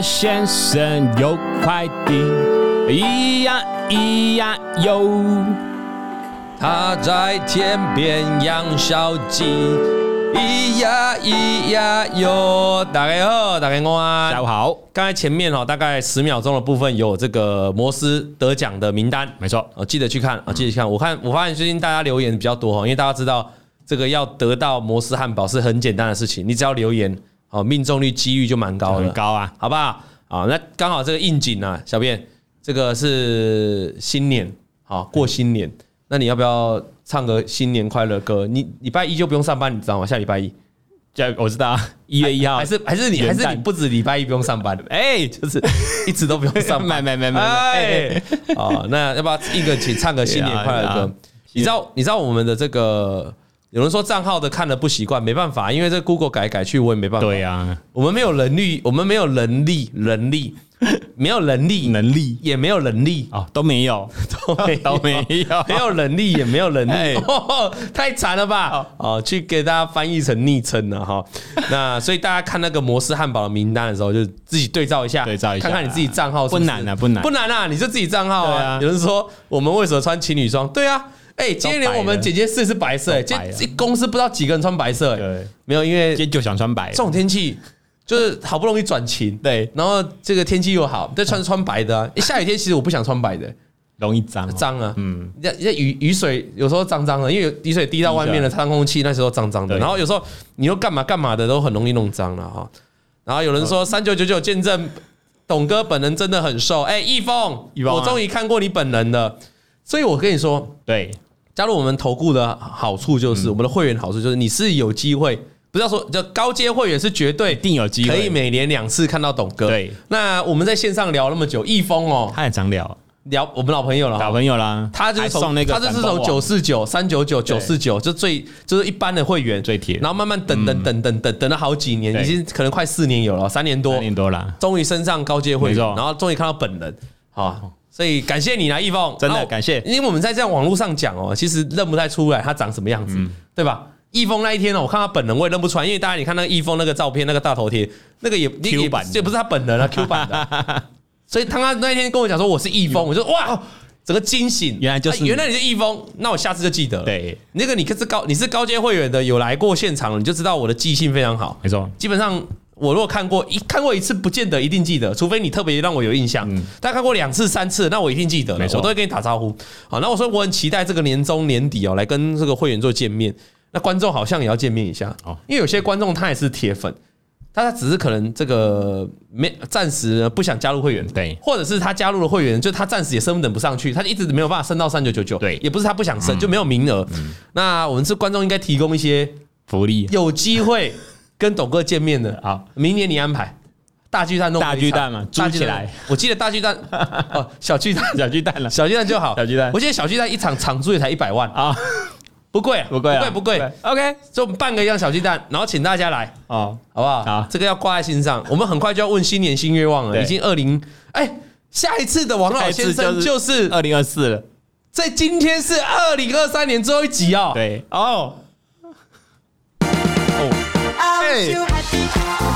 先生有快递，咿呀咿呀哟，他在天边养小鸡，咿呀咿呀哟。打开二，打开下安。午好，刚才前面哦，大概十秒钟的部分有这个摩斯得奖的名单，没错，嗯哦，记得去看啊、哦记得去看。我看我发现最近大家留言比较多哦，因为大家知道这个要得到摩斯汉堡是很简单的事情，你只要留言哦，命中率几率就蛮高很的，高啊，好不好？啊，那刚好这个应景啊，小编，这个是新年，好过新年，那你要不要唱个新年快乐歌？你礼拜一就不用上班，你知道吗？下礼拜一，这我知道啊，一月一号还是还是你还元旦是你不止礼拜一不用上班，哎，就是一直都不用上班，没 没没没没哎， 哦，那要不要一个请唱个新年快对乐啊歌？你知道你知道我们的这个有人说账号的看了不习惯，没办法，因为这 Google 改来改去，我也没办法。对啊，我们没有能力，我们没有能力，能力没有能力，能力也没有能力，哦都没有，都没都没有 没有能力也没有能哎力，哦太惨了吧？哦，去给大家翻译成昵称了哈。那所以大家看那个摩斯汉堡的名单的时候，就自己对照一下，对照一下看看你自己账号是是不难啊不难不难啊，你就自己账号对啊啊。有人说我们为什么穿情侣装？对啊。哎、今天连我们姐姐四是白色、哎，都白了今一公司不知道几个人穿白色、哎对，没有，因为今天就想穿白的，这种天气就是好不容易转晴，对，然后这个天气又好，再嗯穿穿白的、啊。欸下雨天其实我不想穿白的，容易脏哦，脏啊。嗯，那那雨雨水有时候脏脏的，因为有雨水滴到外面的上空气，那时候脏脏的。对然后有时候你又干嘛干嘛的，都很容易弄脏了哈。然后有人呃说三九九九见证董哥本人真的很瘦，哎，易峰，易峰啊我终于看过你本人了。所以我跟你说，对，加入我们投顾的好处嗯就是，我们的会员好处就是你是有机会，不是要说叫高阶会员是绝对一定有机会，可以每年两次看到董哥。对，那我们在线上聊那么久，易峰哦，他很常聊，聊我们老朋友了老哈。朋友啦，他就是还从送那个他反就包网，是从九四九、三九九、九对四九，就最就是一般的会员最铁嗯然后慢慢等等等等等等了好几年，对已经可能快四年有了，三年多三，年多啦，终于升上高阶会没员，错然后终于看到本人，好，所以感谢你啊啦，易峰，真的然后感谢因为我们在这样网络上讲哦，其实认不太出来他长什么样子，嗯对吧？易峰那一天哦，我看他本人我也认不出来，因为大家你看那个易峰那个照片，那个大头贴，那个也也 Q 也版的这不是他本人啊，Q 版的啊。 所以当他那一天跟我讲说我是易峰，我就哇，整个惊醒，嗯原来就是啊你原来你是易峰，那我下次就记得了。对，那个你可是高你是高阶会员的，有来过现场，你就知道我的记性非常好。没错，基本上我如果看过一看过一次，不见得一定记得，除非你特别让我有印象。但看过两次、三次，那我一定记得了嗯没，错我都会跟你打招呼。好，那我说我很期待这个年终年底哦，来跟这个会员做见面。那观众好像也要见面一下哦，因为有些观众他也是铁粉。但他只是可能这个没暂时呢不想加入会员，对或者是他加入了会员，就他暂时也升等不上去，他一直没有办法升到三九九九，对嗯也不是他不想升，就没有名额。那我们是观众应该提供一些福利，有机会跟董哥见面的好，明年你安排大巨蛋弄大巨蛋嘛大租巨起蛋来，我记得大巨 蛋哦，小巨蛋，小巨蛋了小巨蛋就好，小巨蛋我记得小巨蛋一场场租也才一百万，啊，不贵啊，不贵啊不贵不贵。OK，就办个一样小巨蛋，然后请大家来，哦，好不好？好这个要挂在心上。我们很快就要问新年新愿望了，对已经二零哎。下一次的王老先下一生次就呃就是二零二四了，在今天是二零二三年最后一集哦。哎对，哦， I wish you happy,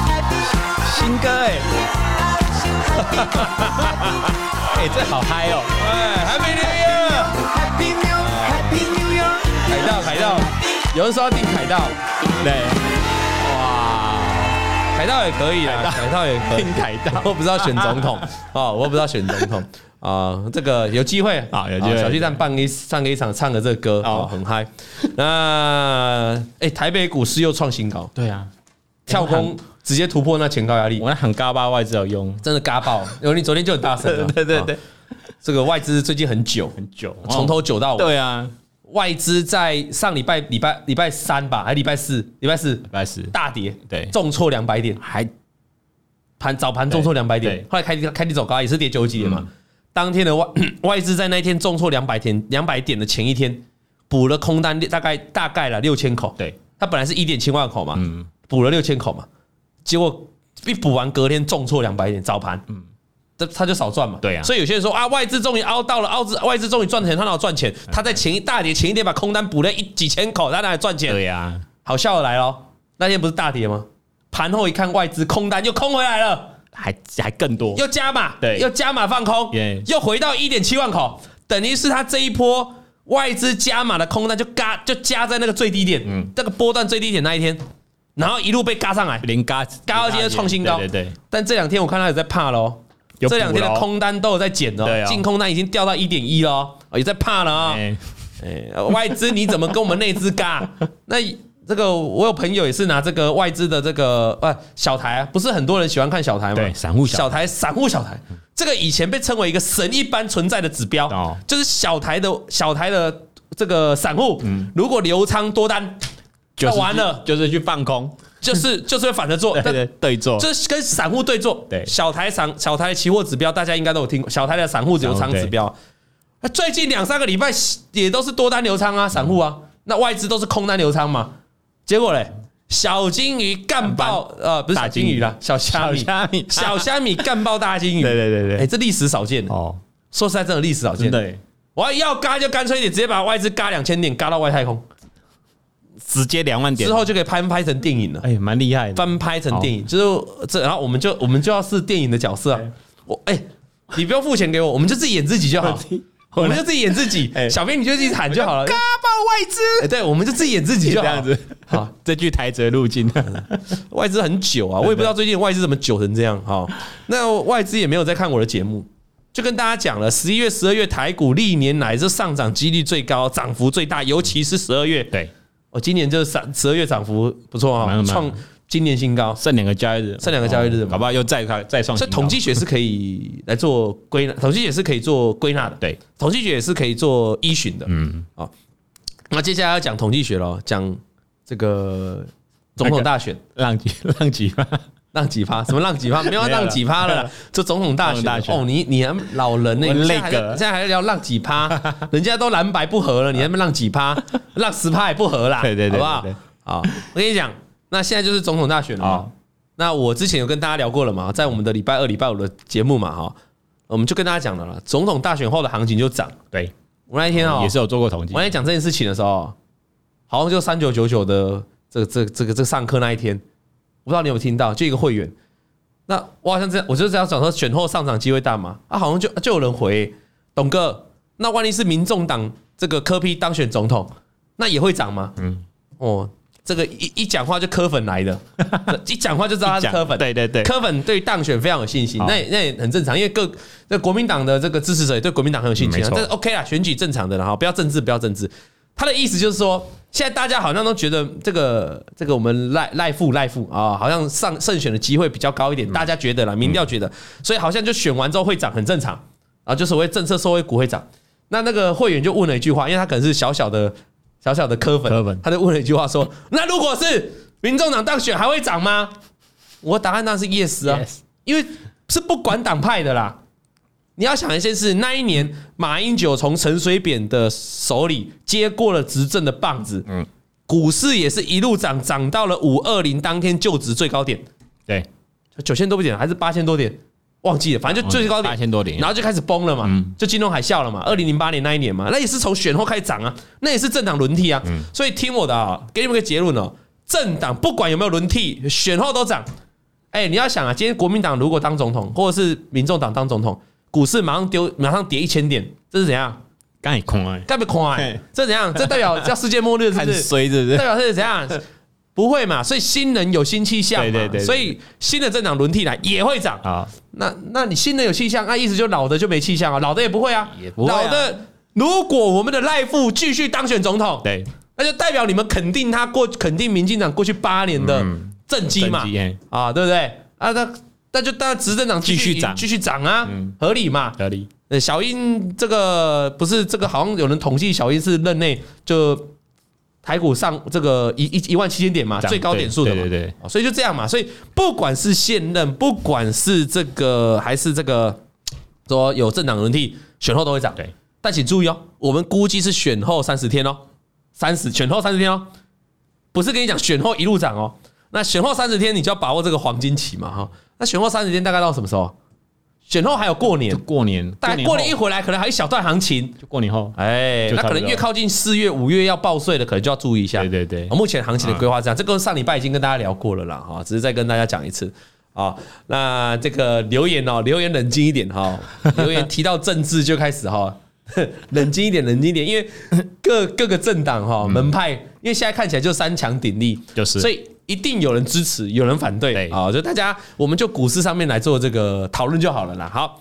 happy, 新歌哎， I wish you happy, 哎，这好嗨哦，哎，Happy New Year！ happy new, happy new year. 凯道，凯道，有人说要订凯道，对，哇，凯道也可以啊，凯道也可以听。凯道。我不知道选总统哦，我不知道选总统啊、这个有机会啊好有机会小巨蛋办个一上个一场，唱个这个歌好哦，很嗨。那哎、台北股市又创新高，对啊，跳空直接突破那前高压力，我那很高吧外资有用，真的嘎爆！有你昨天就很大 声了，哦，这个外资最近很久，很久，从头久到尾。对啊，外资在上礼拜礼拜礼拜三吧，还礼拜四，礼拜四礼拜四大跌，对重挫两百点，还盘早盘重挫两百点对，嗯后来开低开低走高啊也是跌九几点嘛。当天的外 外资在那一天重挫两百点，两百点的前一天补了空单大概大概了六千口，对，它本来是一点七万口嗯嘛，补了六千口嘛，结果一补完隔天重挫两百点，早盘，嗯，这他就少赚嘛，对啊所以有些人说啊，外资终于凹到了，澳资外资终于赚钱，他哪有赚钱？哎他在前一大跌前一天把空单补了一几千口，他哪里赚钱？对啊，好笑的来咯，那天不是大跌吗？盘后一看外资空单又空回来了，还还更多。又加哦码，对又加码放空 Yeah 又回到一点七万口，等于是它这一波外资加码的空单就嘎就加在那个最低点，嗯，那个波段最低点那一天，然后一路被嘎上来，连嘎嘎到今天创新高，对对对，但这两天我看他也在怕喽，有这两天补的咯空单都有在减哦对，啊净空单已经掉到一点一了，哦也在怕了啊。哎哎外资你怎么跟我们内资 嘎？那这个我有朋友也是拿这个外资的这个呃小台啊，不是很多人喜欢看小台吗？对散户小台小台，散户小台，这个以前被称为一个神一般存在的指标哦，就是小台的小台的这个散户，嗯如果留仓多单，就那是去完了，就是去放空，就是就是会反着做，对但对对做，就是跟散户对坐。哦对小台散小台期货指标，大家应该都有听过，小台的散户流仓指标。那最近两三个礼拜也都是多单流仓啊，散户嗯啊，那外资都是空单流仓嘛。结果嘞，小金鱼干爆呃，不是小大金金鱼鱼啦，小虾米，虾米小虾米干爆大金 鱼。对对对对哎，这历史少见，哦，说实在，真的历史少见真。的耶我要嘎就干脆一点，直接把外资嘎两千点，嘎到外太空，直接两万点之后就可以拍拍成电影了。哎，蛮厉害的，翻拍成电影，就是这，然后我们就我们就要是电影的角色啊对。我哎、你不用付钱给我，我们就自己演自己就 好，我们就自己演自己。哎小编你就自己喊就好了。爆外 资，哎，对，我们就自己演自己就这好。样子，好，这句台词的路 径，外资很久啊，我也不知道最近外资怎么久成这样哈、那外资也没有在看我的节目，就跟大家讲了，十一月、十二月台股历年来这上涨几率最高，涨幅最大，尤其是十二月。对，哦，今年就是涨十二月涨幅不错啊、蛮蛮创今年新高。剩两个交易日，哦剩两个交易日嘛好不好？又再开再创所新以高，统计学是可以来做归纳，统计学是可以做归纳的，对，统计学也是可以做依循的。哦嗯，那接下来要讲统计学咯，讲这个总统 大选浪几浪几吧，浪几趴，什么浪 几趴，没有要没有了浪几趴 了啦，这总统大选总统大选哦，你你还老人呢，我你现在还累在格现在还在聊浪几 趴，人家都蓝白不合了，你还没浪几趴，浪十趴也不合啦， 对对对好不好对哦对？好，我跟你讲，那现在就是总统大选了嘛好。那我之前有跟大家聊过了嘛，在我们的礼拜二、礼拜五的节目嘛，哈，我们就跟大家讲了啦，总统大选后的行情就涨。对，我那一天哦，嗯也是有做过统计我，在讲这件事情的时候，好像就三九九九的这个、这个、这个、这个上课那一天，我不知道你有没有听到，就一个会员，那我好像这样，我就这样讲说选后上涨机会大嘛，啊，好像就就有人回董哥，那万一是民众党这个科批当选总统，那也会涨吗？嗯，哦，这个一一讲话就科粉来的， 一讲话就知道他是讲科粉，对对对，哦柯粉对当选非常有信心，好那也那也很正常，因为各那国民党的这个支持者也对国民党很有信嗯心、没啊，错这是 OK 啦，选举正常的啦，哈，不要政治，不要政治。他的意思就是说，现在大家好像都觉得这个这个我们赖赖富赖富啊、好像上胜选的机会比较高嗯一点，大家觉得啦，民调觉得，所以好像就选完之后会涨，很正常啊，就所谓政策受惠股会涨。那那个会员就问了一句话，因为他可能是小小的小小的柯粉，柯粉他就问了一句话说：“那如果是民众党当选，还会涨吗？”我答案当然是 yes 啊 Yes 因为是不管党派的啦。你要想一件事，那一年马英九从陈水扁的手里接过了执政的棒子，嗯，股市也是一路涨，涨到了五二零当天就值最高点，对，九千多点还是八千多点，忘记了，反正就最高哦点八千多点然，后就开始崩了嘛，嗯就金融海啸了嘛，二零零八年那一年嘛，那也是从选后开始涨啊，那也是政党轮替啊，嗯所以听我的啊，给你们个结论哦，政党不管有没有轮替，选后都涨。哎，你要想啊，今天国民党如果当总统，或者是民众党当总统，股市马上丢，马上跌一千点，这是怎样？刚也空哎，该不快、嘿这怎样？这代表 叫世界末日是看不是？衰是不代是？表是怎样？不会嘛，所以新人有新气象嘛，对对对对所以新的政党轮替来也会涨。好，那那你新的有气象，那意思就老的就没气象啊，老的也不会啊，也不会啊老的。如果我们的赖富继续当选总统，对，那就代表你们肯定他过，肯定民进党过去八年的政绩嘛嗯政绩嘿，啊，对不对？啊，那那就当然执政党继续涨嗯继续涨啊，合理嘛？合理，呃，小英这个不是这个，好像有人统计小英是任内就台股上这个一一一万七千点嘛，涨最高点数的嘛，对对对对哦所以就这样嘛，所以不管是现任，不管是这个还是这个说有政党轮替，选后都会涨。对，但请注意哦，我们估计是选后三十天哦，三十选后三十天哦，不是跟你讲选后一路涨哦。那选后三十天，你就要把握这个黄金期嘛，哈。那选后三十天大概到什么时候？选后还有过年就，过年，大概过年一后回来，可能还有一小段行情。就过年后，哎，就那差不多可能越靠近四月、五月要报税的，可能就要注意一下。对对对啊目前行情的规划是这样，这个上礼拜已经跟大家聊过了啦，哈，只是再跟大家讲一次。好，那这个留言哦，留言冷静一点哈、留言提到政治就开始哈、 冷静一点，冷静一点，因为各各个政党嗯哈、门派，因为现在看起来就三强鼎立，就是所以一定有人支持，有人反对对啊、就大家我们就股市上面来做这个讨论就好了啦。好，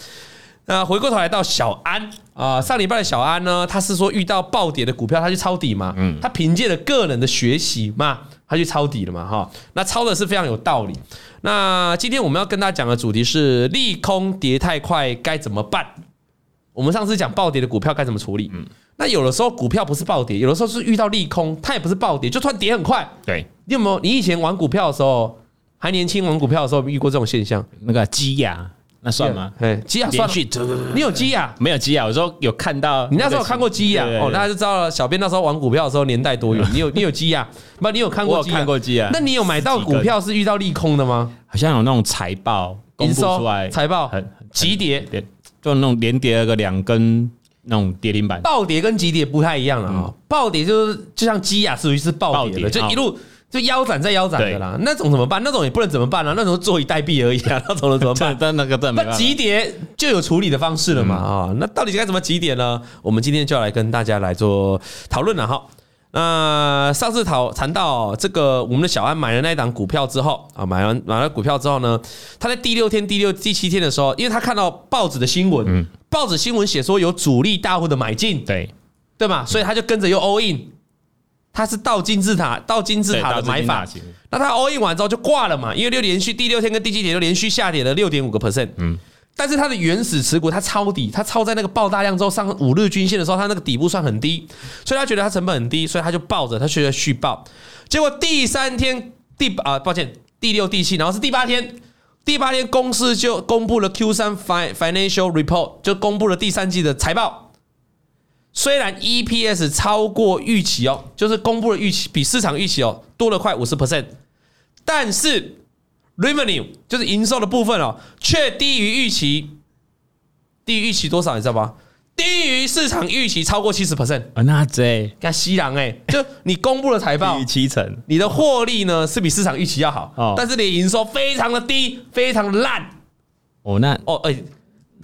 那回过头来到小安啊、上礼拜的小安呢，他是说遇到暴跌的股票，他去抄底嘛，嗯，他凭借了个人的学习嘛，他去抄底了嘛，哈，那抄的是非常有道理。那今天我们要跟大家讲的主题是利空跌太快该怎么办？我们上次讲暴跌的股票该怎么处理，嗯，那有的时候股票不是暴跌，有的时候是遇到利空，它也不是暴跌，就突然跌很快。对，你有没有？你以前玩股票的时候，还年轻玩股票的时候遇过这种现象？那个鸡呀，那算吗？哎，鸡啊，算连了，续你有鸡啊？没有鸡呀，我说有看到，你那时候有看过鸡呀、对对哦，大家就知道了。小编那时候玩股票的时候年代多 远？你有你有鸡呀、不，你有看我过有鸡呀、看过鸡啊，那你有买到股票是遇到利空的吗？好像有那种财报公营布收出来，财报很很急跌、跌，就那种连跌了个两根那种跌停板，暴跌跟急跌不太一样了啊、暴跌就是就像鸡啊呀，属于是暴跌的，嗯暴跌就一路就腰斩再腰斩的啦。那种怎么办？那种也不能怎么办啊，那种坐以待毙而已啊，那种能怎么办 但？但那个真的没那办法。嗯急跌就有处理的方式了嘛啊、那到底该怎么急跌呢？我们今天就要来跟大家来做讨论了哈。那上次讨谈到这个，我们的小安买了那一档股票之后啊，买完买了股票之后呢，他在第六天、第六、第七天的时候，因为他看到报纸的新闻，嗯报纸新闻写说有主力大户的买进，对对嘛，所以他就跟着又 all in，他是倒金字塔、倒金字对，塔到的这买边法大，型那它 all in 完之后就挂了嘛，因为六连续第六天跟第七天都连续下跌了六点五个 percent。嗯，但是它的原始持股它抄底，它抄在那个爆大量之后上五日均线的时候，它那个底部算很低，所以他觉得它成本很低，所以他就抱着，他觉得续抱。结果第三天第啊、抱歉，第六、第七，然后是第八天。第八天，公司就公布了 Q 三 fin financial report，就公布了第三季的财报。虽然 EPS 超过预期哦，就是公布了预期比市场预期哦多了快五十 percent，但是 revenue 就是营收的部分哦，却低于预期，低于预期多少你知道吗？低于市场预期超过七十 percent，啊，那这看西郎哎，就你公布了财报低于，七成，你的获利呢是比市场预期要好，哦但是你的营收非常的低，非常的烂哦，那哦，哎、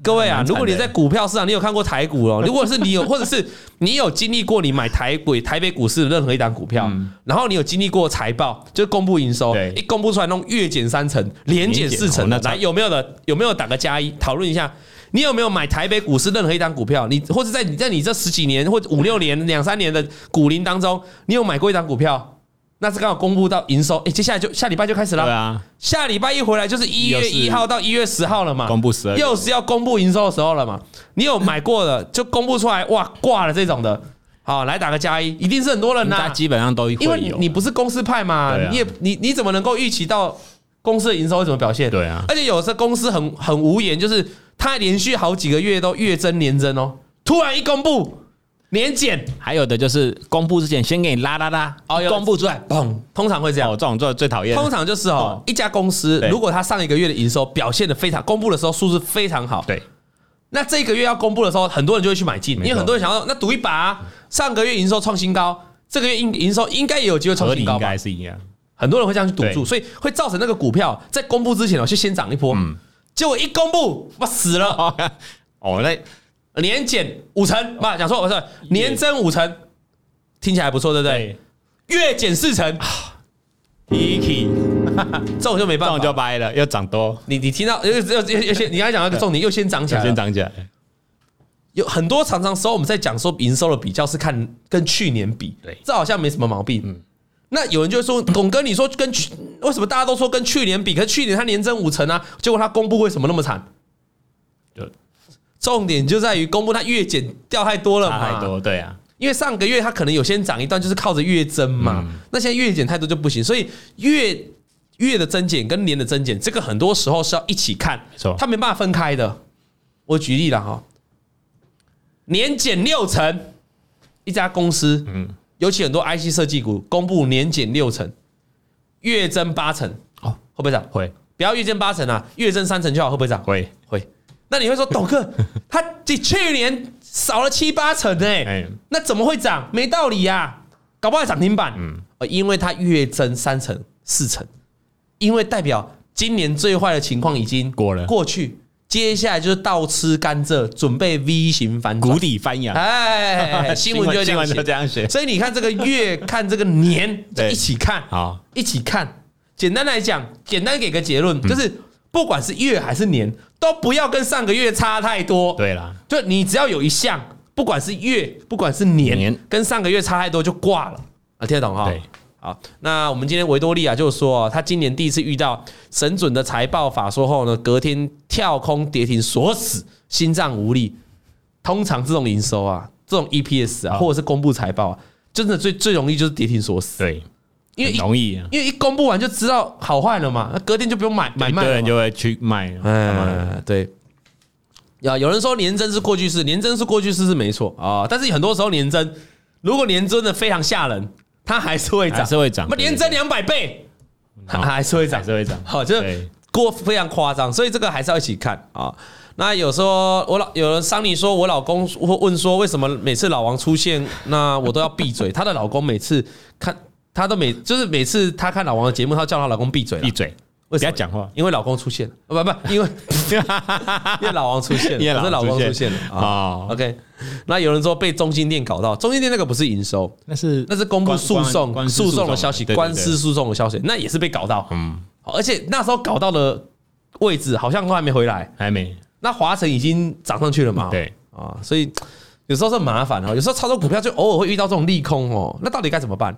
各位啊蛮，惨的如果你在股票市场，你有看过台 股哦？如果是你有，或者是你有经历过你买台股、台北股市的任何一档股票，然后你有经历过财报，就公布营收嗯对，一公布出来弄月减三成，连减四成连减的，哦那来有没有的？有没有打个加一？讨论一下，你有没有买台北股市任何一档股票？你或者在你在你这十几年或者五六年、两三年的股龄当中，你有买过一档股票？那是刚好公布到营收，哎、接下来就下礼拜就开始对了。啊，下礼拜一回来就是一月一号到一月十号了嘛，公布12啊又是要公布营收的时候了嘛。你有买过的就公布出来，哇，挂了这种的，好来打个加一，一定是很多人应呐、该基本上都会有，啊因为你你不是公司派嘛，对啊你也你你怎么能够预期到公司的营收会怎么表现？对啊而且有时候公司很很无言，就是它连续好几个月都月增年增哦，突然一公布年减，还有的就是公布之前先给你拉拉拉，哦有公布出来，砰，哦，通常会这样。这种最最讨厌，通常就是哦哦，一家公司对如果它上一个月的营收表现的非常，公布的时候数字非常好，对，那这个月要公布的时候，很多人就会去买进，因没错嗯为很多人想要那赌一把、啊，上个月营收创新高，这个月营营收应该也有机会创合理新高应吧该？是一样，很多人会这样去赌对注，所以会造成那个股票在公布之前哦，就先涨一波，嗯结果一公布，哇死了， 哦，那年减五成，不讲错，我说年增五成，听起来还不错，对不对？对月减四成， ，Tiki 这种就没这办种就法。掰了，又涨多，你你听到又又又又先，你刚才讲那个重点，又先涨起来了，先涨起来，有很多常常时候我们在讲说营收的比较是看跟去年比，对嗯这好像没什么毛病。那有人就会说，嗯巩哥，你说跟去为什么大家都说跟去年比？可是去年它年增五成啊，结果它公布为什么那么惨？就重点就在于公布它月减掉太多了嘛，差太多，对啊，因为上个月它可能有先涨一段，就是靠着月增嘛。嗯那现在月减太多就不行，所以月月的增减跟年的增减，这个很多时候是要一起看错，它没办法分开的。我举例了哈，年减六成，一家公司，嗯，尤其很多 IC 设计股公布年减六成，月增八成，哦哦，会不会涨？会不要月增八成啊，月增三成就好，会不会涨？会，会。那你会说，董 哥，他这去年少了七八成呢、哎，那怎么会涨？没道理啊呀、呃搞不好还涨停板。嗯，因为它月增三成四成，因为代表今年最坏的情况已经过了过去，接下来就是倒吃甘蔗，准备 V 型反转谷。底翻扬，哎，新闻就这 新样闻写就这样写。所以你看这个月，看这个年，就 对一起看，好，一起看。简单来讲，简单给个结嗯论，就是不管是月还是年，都不要跟上个月差太多。对啦，就你只要有一项，不管是月，不管是年，年跟上个月差太多就挂了啊，听得懂哈？对。好，那我们今天维多利亚就说啊，他今年第一次遇到神准的财报法说后呢，隔天跳空跌停锁死，心脏无力。通常这种营收啊，这种 EPS 啊，好或者是公布财报啊，真的最最容易就是跌停锁死，对，因为很一容易啊，因为一公布完就知道好坏了嘛，那隔天就不用买买一卖堆了人嘛。就会去卖啊。嗯哎，对。呀，有人说年增是过去式，年增是过去式是没错啊、但是很多时候年增，如果年增的非常吓人，它还是会涨，还是会涨那年增对两百倍，还好还是会涨还，是会涨。好，就是对过非常夸张，所以这个还是要一起看啊。那有时候我老有人桑尼说，我老公会问说，为什么每次老王出现，那我都要闭嘴？她的老公每次看，她都每就是每次她看老王的节目，她叫她老公闭嘴啦闭嘴，为不什么要讲 话。因为老公出现了，呃 不不，因为因为老王出现了，因为不是老老王公出出现现了啊哦。 OK，那有人说被中心店搞到，中心店那个不是营收，那是那是公布官诉讼官司诉讼的嘛消息，对对官对司诉讼的消息，那也是被搞到，嗯而且那时候搞到的位置好像都还没回来，还没那华晨已经涨上去了嘛？对啊，所以有时候是很麻烦哦，有时候操作股票就偶尔会遇到这种利空哦，那到底该怎么办？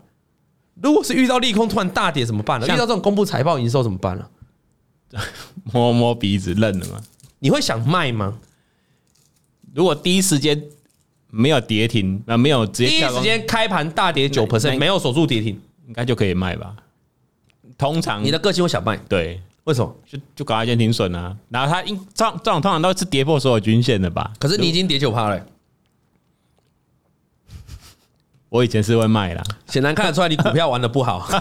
如果是遇到利空突然大跌怎么办呢？遇像到这种公布财报营收怎么办呢？摸摸鼻子认了嘛。你会想卖吗？如果第一时间没有跌停，啊，没有直第接一跳时空，间开盘大跌九那 percent，那没有守住跌停，应该就可以卖吧。通常嗯你的个性会想卖，对，为什么？就就搞一间停损啊。然后它应这种这种通常都是跌破所有均线的吧？可是你已经跌九趴了、欸，我以前是会卖 啦，显然看得出来你股票玩的不好。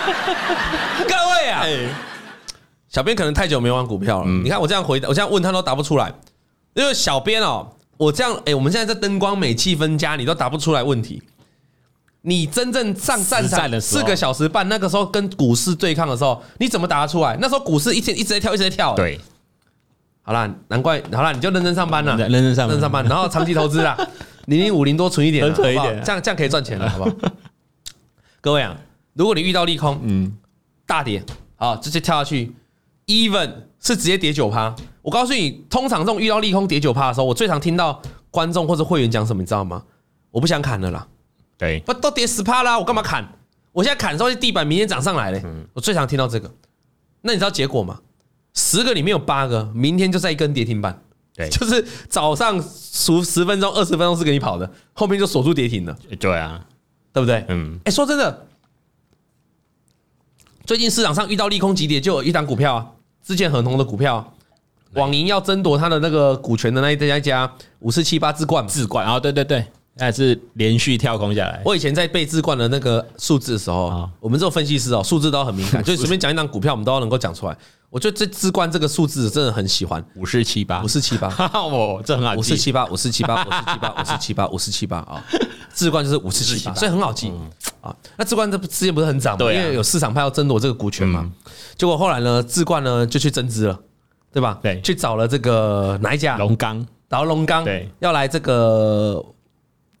各位啊，小编可能太久没玩股票了。嗯你看我这样回答，我这样问他都答不出来，因为小编哦，我这样，哎，我们现在这灯光美、气氛佳，你都答不出来问题。你真正上战实场战的时候四个小时半，那个时候跟股市对抗的时候，你怎么答得出来？那时候股市一天一直在跳，一直在跳。，对，好啦，难怪，好啦，你就认真上班了，认真上班认真上班，然后长期投 资啦，零零五零多存一点啦，多存一点好不好这样这样可以赚钱了，好不好？ 各位啊，如果你遇到利空嗯，大跌，好，直接跳下去，even 是直接跌九趴。我告诉你，通常这种遇到利空跌九趴的时候，我最常听到观众或者会员讲什么，你知道吗？我不想砍了啦，对，不都跌十趴啦，我干嘛砍？我现在砍的时候，地板明天涨上来嘞。嗯我最常听到这个。那你知道结果吗？十个里面有八个，明天就再一根跌停板。对就是早上数十分钟、二十分钟是给你跑的，后面就锁住跌停了，对啊，对不对？嗯，哎，说真的，最近市场上遇到利空急跌，就有一档股票啊，之前很红的股票啊、网银要争夺它的那个股权的那一那一家五四七八智冠嘛。置冠啊，对对对，那是连续跳空下来，我以前在背智冠的那个数字的时候啊，我们这种分析师哦，数字都很敏感，就是随便讲一档股票，我们都要能够讲出来。我对这智冠这个数字真的很喜欢，五四七八 五，四七八。哈哈，我这很好五记四，七八，五四七八，五四七八，五四七八，五四七八啊！置冠就是五四七八，所以很好记啊。那置冠这之前不是很涨嘛，对啊因为有市场派要争夺这个股权嘛。结果后来呢，置冠呢就去增资了，对吧？对去找了这个哪一家？龙刚，找龙刚，对要来这个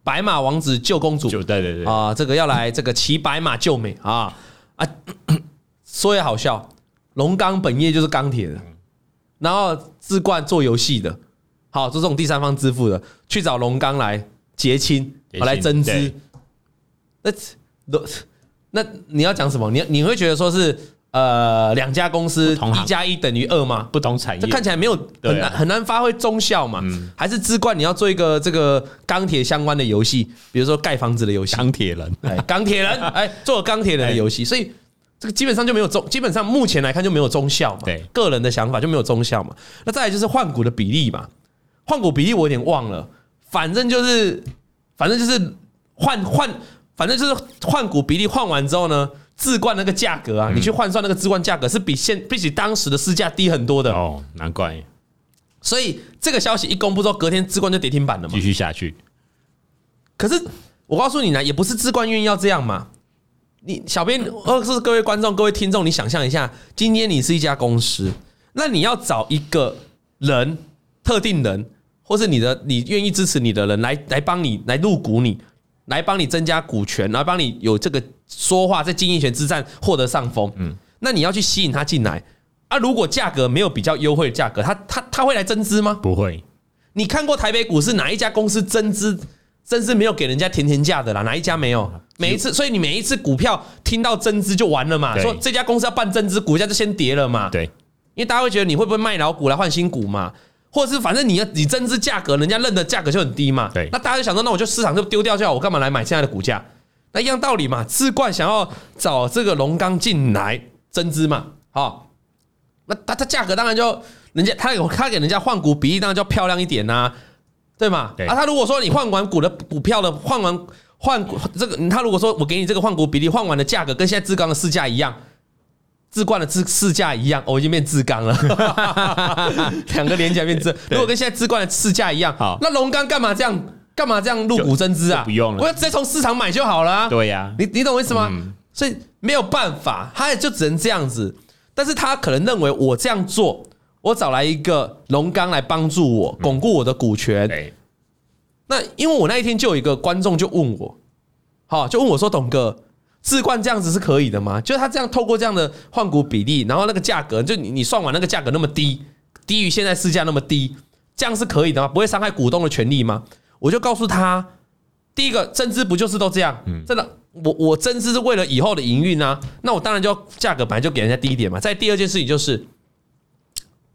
白马王子救公主就对对对，啊，这个要来这个骑白马救美啊啊！说也好笑，龙刚本业就是钢铁的，嗯然后志冠做游戏的，好，做这种第三方支付的，去找龙刚来结清，结好清来增资对。那那你要讲什么？你你会觉得说是呃两家公司同行一加一等于二吗？不同产这业，看起来没有很对难、啊嗯很难发挥中效嘛，还是志冠你要做一个这个钢铁相关的游戏，比如说盖房子的游戏，钢铁人，哎， 钢铁 人，哎，做了钢铁人的游哎戏，所以这个基本上就没有中，基本上目前来看就没有中效嘛。对个人的想法就没有中效嘛。那再来就是换股的比例嘛，换股比例我有点忘了，反正就是，反正就是换换，反正就是换股比例换完之后呢，置冠那个价格嗯啊，你去换算那个置冠价格是比现比起当时的市价低很多的，哦，难怪所以这个消息一公布之后，隔天置冠就跌停板了嘛继。续下去，可是我告诉你呢，也不是置冠愿意要这样嘛。你小编或是各位观众、各位听众，你想象一下，今天你是一家公司，那你要找一个人，特定人，或是你的你愿意支持你的人来来帮你来入股你，来帮你增加股权，来帮你有这个说话在经营权之战获得上风。嗯，那你要去吸引他进来啊！如果价格没有比较优惠的价格，他他他会来增资吗？不会，你看过台北股市哪一家公司增资？增资没有给人家甜甜价的啦，哪一家没有？啊每一次，所以你每一次股票听到增资就完了嘛，对说这家公司要办增资，股价就先跌了嘛。，对，因为大家会觉得你会不会卖老股来换新股嘛，或者是反正你要你增资价格，人家认的价格就很低嘛。对那大家就想说，那我就市场就丢掉就好，我干嘛来买现在的股价？那一样道理嘛，智冠想要找这个龙钢进来增资嘛，好、那它它价格当然就人家他有他给人家换股比例当然就漂亮一点啊呐、对吗？对啊，他如果说你换完股的股票的换完换股这个，他如果说我给你这个换股比例换完的价格跟现在志刚的市价一样，志冠的志市价一样，我、哦已经变志刚了， 两个连起来变志。如果跟现在志冠的市价一样，好那龙刚干嘛这样干嘛这样入股增资啊？就不用了我要直接从市场买就好了、啊。对呀，你你懂我意思吗？嗯所以没有办法，他也就只能这样子。但是他可能认为我这样做，我找来一个龙刚来帮助我巩固我的股权。对，那因为我那一天就有一个观众就问我，好，就问我说：“董哥，置冠这样子是可以的吗？就是他这样透过这样的换股比例，然后那个价格，就你你算完那个价格那么低，低于现在市价那么低，这样是可以的吗？不会伤害股东的权利吗？”我就告诉他，第一个增资不就是都这样？嗯真的，我我增资是为了以后的营运啊，那我当然就要价格本来就给人家低一点嘛。再第二件事情就是。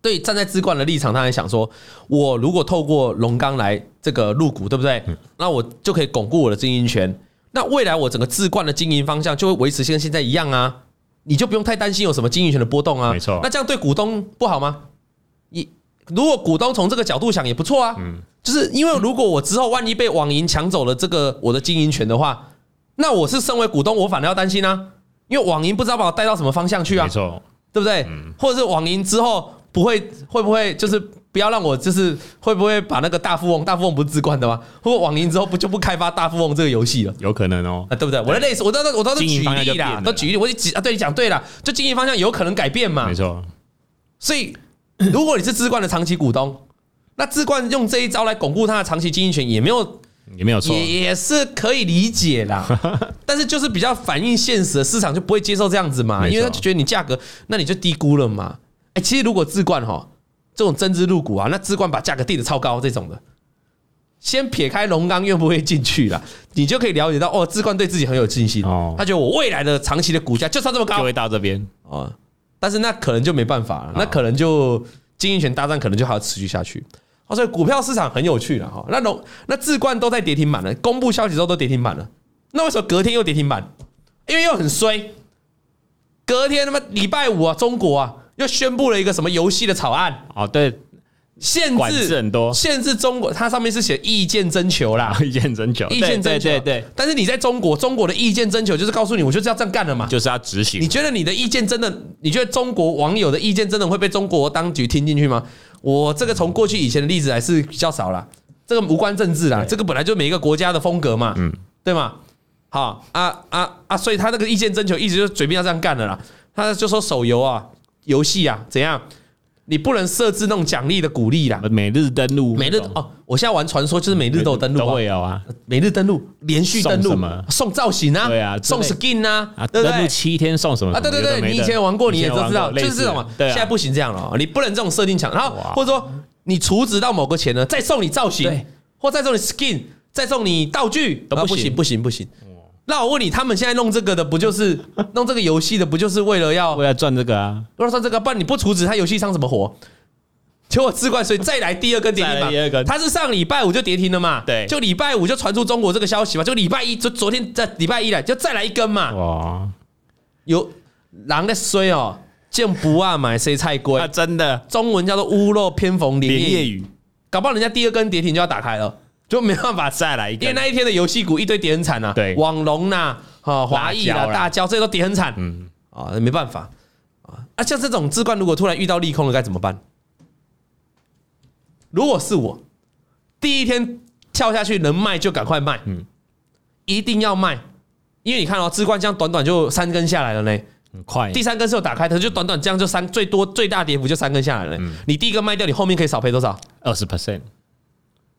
对，站在资冠的立场，他还想说，我如果透过龙钢来这个入股，对不对？嗯那我就可以巩固我的经营权。那未来我整个资冠的经营方向就会维持跟现在一样啊，你就不用太担心有什么经营权的波动啊。没错那这样对股东不好吗？你如果股东从这个角度想也不错嗯啊。就是因为如果我之后万一被网银抢走了这个我的经营权的话，那我是身为股东，我反而要担心啊，因为网银不知道把我带到什么方向去啊没。错，嗯对不对？或者是网银之后不会会不会就是不要让我就是会不会把那个大富翁大富翁不是自冠的吗？会不会网银之后不就不开发大富翁这个游戏了？有可能哦啊，，对不对？我的类似，我都我都是经营举方向就例变啦了，都啦举例，我就举啊，对你讲对了，就经营方向有可能改变嘛没。错，所以，如果你是资冠的长期股东，那资冠用这一招来巩固他的长期经营权，也没有也没有错，也也是可以理解 啦，但是就是比较反映现实的市场就不会接受这样子嘛，没错因为他就觉得你价格，那你就低估了嘛。哎，其实如果置冠哈这种增资入股啊，那置冠把价格定的超高这种的，先撇开龙刚愿不愿意进去啦，你就可以了解到哦，置冠对自己很有信心，哦他觉得我未来的长期的股价就算这么就高会到这边，哦，但是那可能就没办啊法了，那可能就经营权大战可能就还要持续下去。哦，所以股票市场很有趣了哈。那龙那置冠都在跌停板了，公布消息之后都跌停板了，那为什么隔天又跌停板？因为又很衰。隔天他妈礼拜五啊，中国啊又宣布了一个什么游戏的草案，哦，对，限管制制很多啊限制中国，它上面是写意见征求啦， 意见征求，意见征对求。对对，对但是你在中国，中国的意见征求就是告诉你，我就是要这样干的嘛。就是要执行你，觉得你的意见真的？你觉得中国网友的意见真的会被中国当局听进去吗？我这个从过去以前的例子还是比较少啦，这个无关政治啦，这个本来就每一个国家的风格嘛，嗯，对吗？好啊啊啊！所以他那个意见征求一直就嘴边要这样干的啦。他就说手游啊、游戏啊怎样，你不能设置那种奖励的鼓励啦。每日登录，每日哦，我现在玩传说就是每日都有登录、都啊，会有啊，每日登录，连续登送录什么，送造型啊，对啊送之 skin 啊，啊，对不登录对？七天送什么啊，对对对，你以前有玩过，你也都知道，就是这种嘛嘛。。对啊，现在不行这样了哦，你不能这种设定强，然后哇或者说你储值到某个钱呢，再送你造型对，或再送你 skin，再送你道具，都啊不不行行不行不行。那我问你，他们现在弄这个的不就是弄这个游戏的不就是为了要为了赚这个啊，要算这个？不然你不储值，他游戏上怎么活？ 结果志冠，所以再来第二根跌停再来第二板，根他是上礼拜五就跌停了嘛？对就礼拜五就传出中国这个消息嘛，就礼拜一就昨天在礼拜一来就再来一根嘛，哇，有人在衰哦，见不啊买谁菜龟那，真的中文叫做屋漏偏逢连连夜夜雨，雨搞不好人家第二根跌停就要打开了，就没办法再来一因个为，那一天的游戏股一堆跌很惨呐，对网龙呐，哈，华谊辣椒啦、啦大椒这些都跌很惨，嗯，啊，没办法啊，啊，像这种置冠如果突然遇到利空了该怎么办？如果是我，第一天跳下去能卖就赶快卖，嗯一定要卖，因为你看哦，志冠这样短短就三根下来了呢，很快第三根是有打开的，就短短这样就三最多最大跌幅就三根下来了呢。你第一根卖掉，你后面可以少赔多少？二十 percent，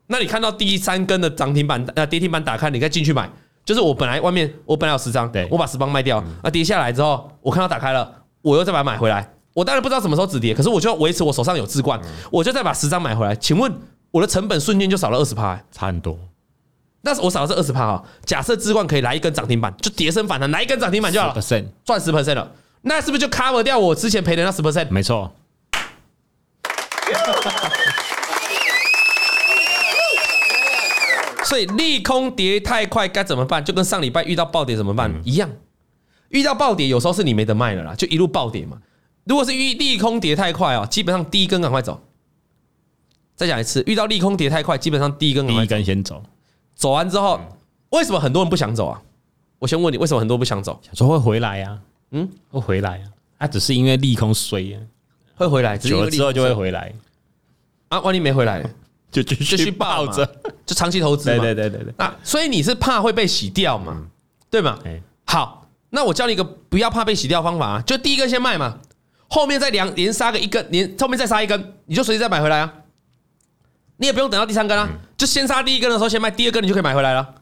那你看到第三根的涨停板呃跌停板打开，你再进去买，就是我本来外面我本来有十张对，我把十张卖掉，啊跌下来之后，我看到打开了，我又再把它买回来。我当然不知道什么时候止跌，可是我就要维持我手上有置冠，我就再把十张买回来。请问我的成本瞬间就少了二十趴，欸差很多。那我少的是二十趴啊。假设置冠可以来一根涨停板，就跌升反弹，来一根涨停板就好了， percent，赚十 percent 了。那是不是就 cover 掉我之前赔的那十 percent？没错。所以利空跌太快该怎么办？就跟上礼拜遇到暴跌怎么办、嗯一样，遇到暴跌有时候是你没得卖了啦，就一路暴跌嘛。如果是遇利空跌太快哦，基本上第一根赶快走。再讲一次，遇到利空跌太快，基本上第一根赶第快一走。根先走，走完之后，为什么很多人不想走啊？我先问你，为什么很多人不想走？想说会回来啊，嗯嗯，会回来啊。他只是因为利空衰啊，会回来，只是因久了为之后利空就会回来，啊，万一没回来，就继就去续爆抱嘛着。，就长期投资对嘛。对对对对，那所以你是怕会被洗掉嘛？对吗？哎，好，那我教你一个不要怕被洗掉的方法啊，就第一根先卖嘛，后面再两连杀个一根，连后面再杀一根，你就随时再买回来啊。你也不用等到第三根啊，就先杀第一根的时候先卖，第二根你就可以买回来了。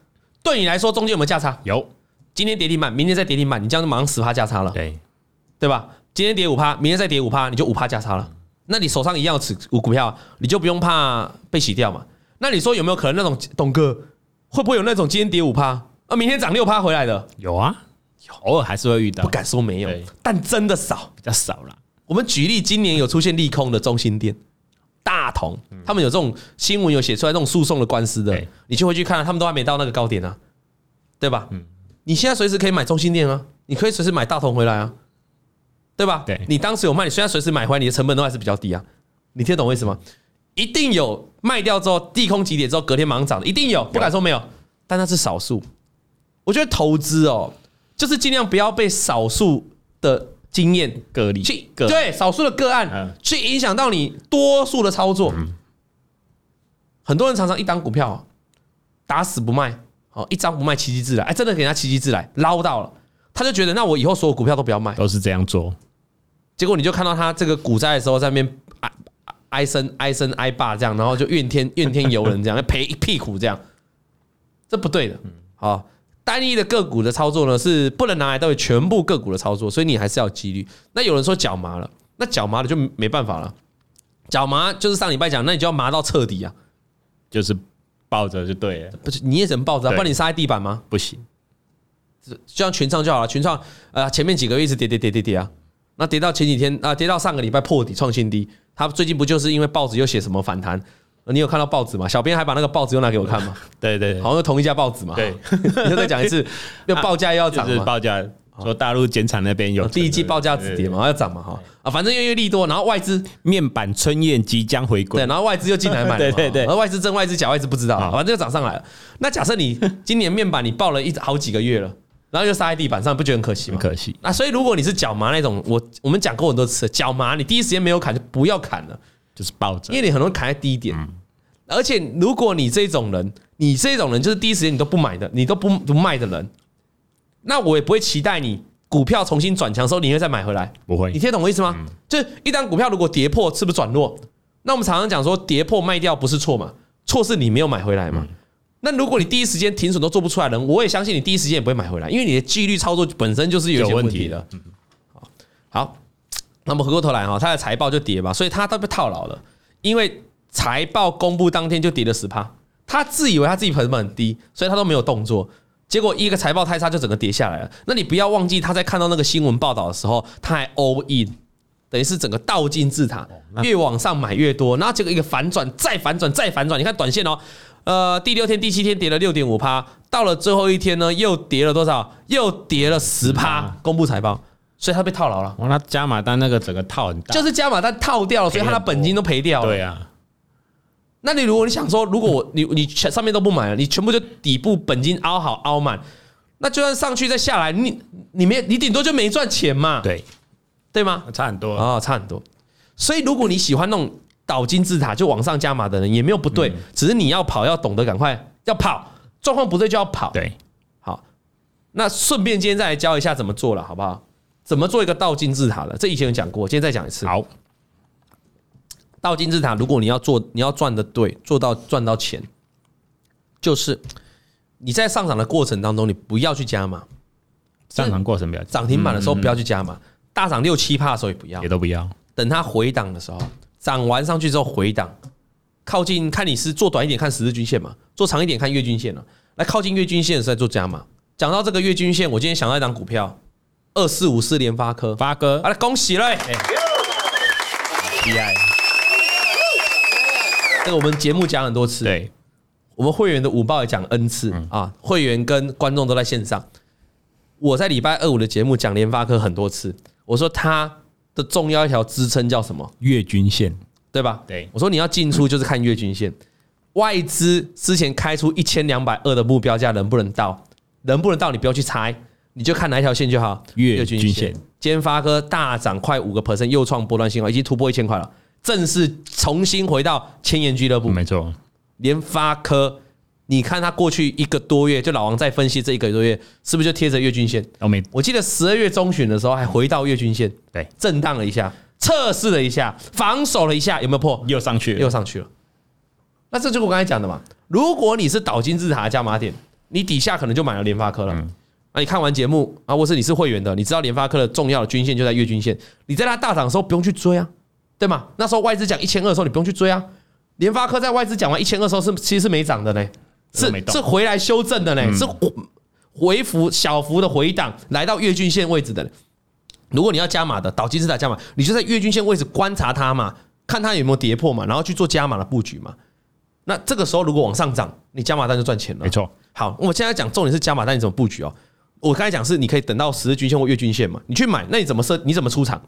对你来说，中间有没有价差？有今天跌停板，明天再跌停板，你这样就马上十趴价差了，对，对吧？今天跌五趴，明天再跌五趴，你就五趴价差了。那你手上一样有持股股票啊，你就不用怕被洗掉嘛。那你说有没有可能那种董哥会不会有那种今天跌五趴啊，明天涨六趴回来的？有啊，偶尔还是会遇到，不敢说没有对，但真的少。比较少啦。我们举例，今年有出现利空的中心店、大同，他们有这种新闻有写出来这种诉讼的官司的嗯对，你就会去看、他们都还没到那个高点啊，对吧？嗯你现在随时可以买中心店啊，你可以随时买大同回来啊，对吧？对你当时有卖，你现在随时买回来，你的成本都还是比较低啊，你听得懂我意思吗？嗯一定有卖掉之后地空急跌之后隔天马上涨的，一定有，不敢说没有，但那是少数。我觉得投资哦，就是尽量不要被少数的经验个例去个对少数的个案、嗯去影响到你多数的操作。很多人常常一档股票、打死不卖，哦，一张不卖，奇迹自来，哎，真的给人家奇迹自来捞到了，他就觉得那我以后所有股票都不要卖。都是这样做，结果你就看到他这个股灾的时候在那边唉唉声唉声唉霸这样，然后就怨天怨天尤人这样， 赔一屁股这样，这不对的。好，单一的个股的操作呢是不能拿来代表全部个股的操作，所以你还是要有纪律。那有人说脚麻了，那脚麻了就没办法了。脚麻就是上礼拜讲，那你就要麻到彻底啊！就是抱着就对了，不是你也只能抱着、啊，对不然你杀在地板吗？不行，就像群创就好了，群创呃前面几个月一直跌跌跌跌跌啊，那跌到前几天啊、跌到上个礼拜破底创新低，它最近不就是因为报纸又写什么反弹？呃你有看到报纸吗？小编还把那个报纸又拿给我看吗？对对对好像是同一家报纸嘛。对，你又再讲一次，要报价又要涨就是嘛。报价说大陆减产那边有哦第一季报价止跌嘛，嘛，要涨嘛哈啊，反正因为利多，然后外资面板春燕即将回对，归，然后外资又进来买了嘛，对对对然后外资真外资假外资不知道，好反正就涨上来了。那假设你今年面板你报了一好几个月了，然后又杀在地板上，不觉得很可惜吗很？可惜，啊，所以如果你是脚麻那种，我我们讲过很多次，脚麻你第一时间没有砍就不要砍了，就是抱着因，为你很容易砍在低点。而且如果你这种人，你这种人就是第一时间你都不买的，你都不不卖的人，那我也不会期待你股票重新转强的时候，你会再买回来。不会你听得懂我意思吗？就是一档股票如果跌破，是不是转弱？那我们常常讲说，跌破卖掉不是错嘛，错是你没有买回来嘛。那如果你第一时间停损都做不出来的人，我也相信你第一时间也不会买回来，因为你的纪律操作本身就是有一有些问问题题的。嗯好，那么回过头来哈，它的财报就跌嘛，所以它都被套牢了，因为财报公布当天就跌了十趴，他自以为他自己成本很低，所以他都没有动作。结果一个财报太差就整个跌下来了。那你不要忘记，他在看到那个新闻报道的时候，他还 all in，等于是整个倒进字塔，越往上买越多，然后结果一个反转，再反转，再反转。你看短线哦，呃，第六天、第七天跌了六点五趴，到了最后一天呢，又跌了多少？又跌了十趴，公布财报，所以他被套牢了。哇，那加码单那个整个套很大，就是加码单套啊掉了，所以他的本金都赔掉了。对啊，那你如果你想说，如果我你你全上面都不买了，你全部就底部本金凹好凹满，那就算上去再下来，你你没你顶多就没赚钱嘛，对，对吗？差很多，啊、差很多。所以如果你喜欢那种倒金字塔就往上加码的人，也没有不对，只是你要跑要懂得赶快要跑，状况不对就要跑。对，好，那顺便今天再来教一下怎么做了，好不好？怎么做一个倒金字塔了？这以前有讲过，今天再讲一次。好，倒金字塔，如果你要做，你要赚的对，做到赚到钱，就是你在上涨的过程当中，你不要去加码，上场过程不要，涨停板的时候不要去加码，大涨六七趴的时候也不要也，都不要。等它回档的时候，涨完上去之后回档，靠近看你是做短一点看十日均线嘛，做长一点看月均线了、来靠近月均线的时候再做加码。讲到这个月均线，我今天想到一档股票，二四五四联发科，发哥好了，恭喜嘞！厉害，这个我们节目讲很多次，对，我们会员的午报也讲 N 次、啊，会员跟观众都在线上。我在礼拜二五的节目讲联发科很多次，我说它的重要一条支撑叫什么？月均线对吧？对我说你要进出就是看月均线，外资之前开出一千两百二的目标价能不能到？能不能到你不要去猜，你就看哪一条线就好。月均线今天发哥大涨快五个 percent，又创波段新高，已经突破一千块了，正式重新回到千元俱乐部。嗯没错，联发科，你看它过去一个多月，就老王在分析这一个多月，是不是就贴着月均线？我们我记得十二月中旬的时候还回到月均线，对震荡了一下，测试了一下，防守了一下，有没有破？又上去又了，上去了。那这就是我刚才讲的嘛，如果你是倒金字塔的加码点，你底下可能就买了联发科了。嗯那你看完节目啊，或是你是会员的，你知道联发科的重要的均线就在月均线，你在它大涨的时候不用去追啊，对吗？那时候外资讲一千二的时候，你不用去追啊。联发科在外资讲完一千二的时候是其实是没涨的呢，是都没动嗯是回来修正的呢，是回幅小幅的回档来到月均线位置的呢。如果你要加码的，倒金字塔加码，你就在月均线位置观察它嘛，看它有没有跌破嘛，然后去做加码的布局嘛。那这个时候如果往上涨，你加码单就赚钱了没。错，好，我现在讲重点是加码单你怎么布局哦。我刚才讲是你可以等到十日均线或月均线嘛，你去买，那你怎么设？你怎么出场？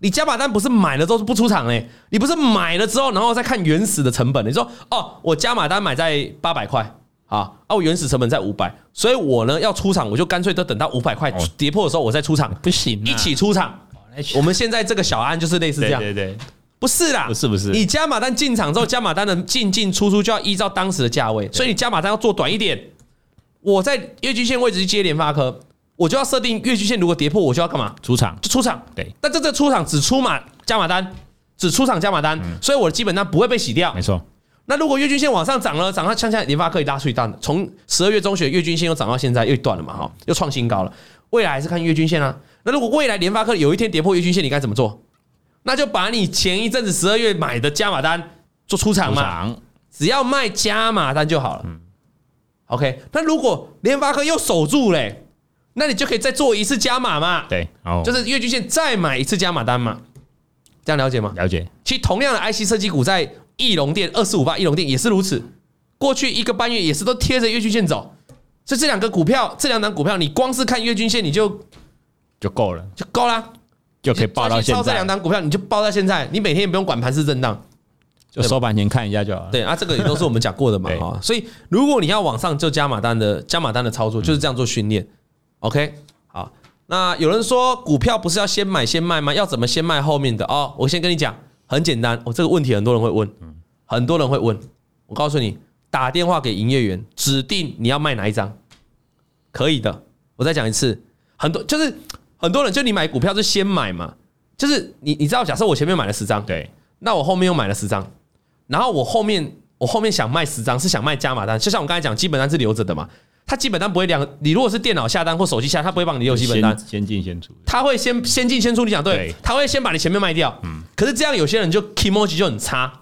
你加码单不是买了之后不出场哎、你不是买了之后然后再看原始的成本？你说哦，我加码单买在八百块啊，啊我原始成本在五百，所以我呢要出场，我就干脆都等到五百块哦跌破的时候我再出场，不行啊一起出场。我们现在这个小安就是类似这对样，对对，不是啦，不是不是你加码单进场之后，加码单的进进出出就要依照当时的价位，所以你加码单要做短一点。我在月均线位置去接联发科，我就要设定月均线如果跌破，我就要干嘛？出场就出场。对，但这这出场只出码加码单，只出场加码单，嗯所以我的基本单不会被洗掉没。错，那如果月均线往上涨了，涨到像现在联发科也拉出一段了，从十二月中旬月均线又涨到现在又一段了嘛，哈，又创新高了。未来还是看月均线啊。那如果未来联发科有一天跌破月均线，你该怎么做？那就把你前一阵子十二月买的加码单做出场出嘛，场只要卖加码单就好了。OK，那如果联发科又守住嘞、那你就可以再做一次加码嘛，对，哦，就是月均线再买一次加码单嘛，这样了解吗？了解，其实同样的 IC 设计股在翼龙店二四五八翼龙店也是如此，过去一个半月也是都贴着月均线走。所以这两个股票，这两档股票，你光是看月均线你就就够了，就够啦，就可以报到抓去现抄这两在，档股票你就报到现在，你每天也不用管盘势震荡。就收盘前看一下就好了，对啊，这个也都是我们讲过的嘛对啊。所以如果你要往上就加码单的加码单的操作，就是这样做训练。OK，好。那有人说股票不是要先买先卖吗？要怎么先卖后面的？哦，我先跟你讲，很简单。哦，这个问题很多人会问，很多人会问。我告诉你，打电话给营业员，指定你要卖哪一张，可以的。我再讲一次，很多就是很多人就你买股票就先买嘛，就是你你知道，假设我前面买了十张，对，那我后面又买了十张，然后我后面我后面想卖十张是想卖加码单，就像我刚才讲，基本单是留着的嘛，它基本单不会两，你如果是电脑下单或手机下单，它不会帮你留基本单先，先进先出，它会先先进先出，你讲对对，嗯它会先把你前面卖掉，可是这样有些人就 k i m o j i 就很差，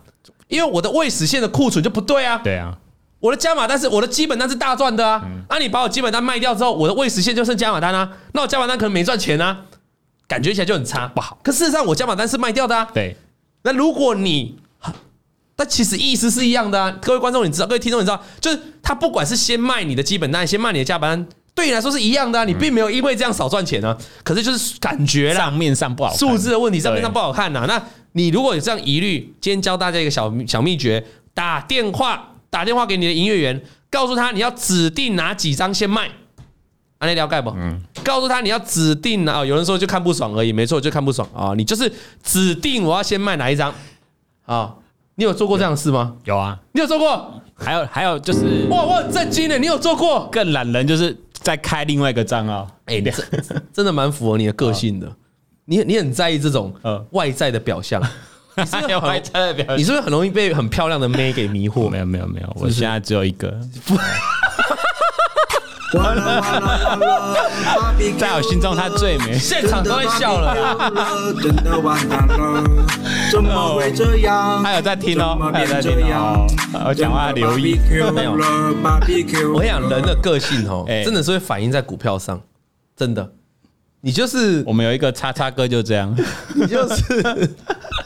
因为我的未实现的库存就不对啊，对嗯啊，我的加码单是我的基本单是大赚的啊，那、你把我基本单卖掉之后，我的未实现就剩加码单啊，那我加码单可能没赚钱啊，感觉起来就很差不好，可事实上我加码单是卖掉的啊，对，那如果你，但其实意思是一样的啊。各位观众，你知道，各位听众，你知道，就是他不管是先卖你的基本单，先卖你的价单，对你来说是一样的啊。你并没有因为这样少赚钱啊，可是就是感觉啦，账面上不好看，数字的问题上面对上不好看呐、那你如果有这样疑虑，今天教大家一个小小秘诀：打电话，打电话给你的营业员，告诉他你要指定哪几张先卖。安利了解不？嗯告诉他你要指定哪、哦，有人说就看不爽而已，没错，就看不爽啊、你就是指定我要先卖哪一张啊、你有做过这样的事吗？有啊，你有做过？还有还有就是哇，我很震惊的，你有做过？更懒人，就是再开另外一个账号。哎、你真 真的蛮符合你的个性的。你你很在意这种啊嗯外在的表象，你是不是很外在的表象你是不是很容易被很漂亮的妹 给迷惑？没有没有没有，我现在只有一个。在我心中，他最 美。现场都会笑了。真的完蛋了，怎么会这样？他有在听哦怎么他有变在听这哦样？我讲话留 意没有 BBQ 我跟你讲，人的个性哦，哎真的是会反映在股票上，真的。你就是我们有一个叉叉哥就这 样，你就是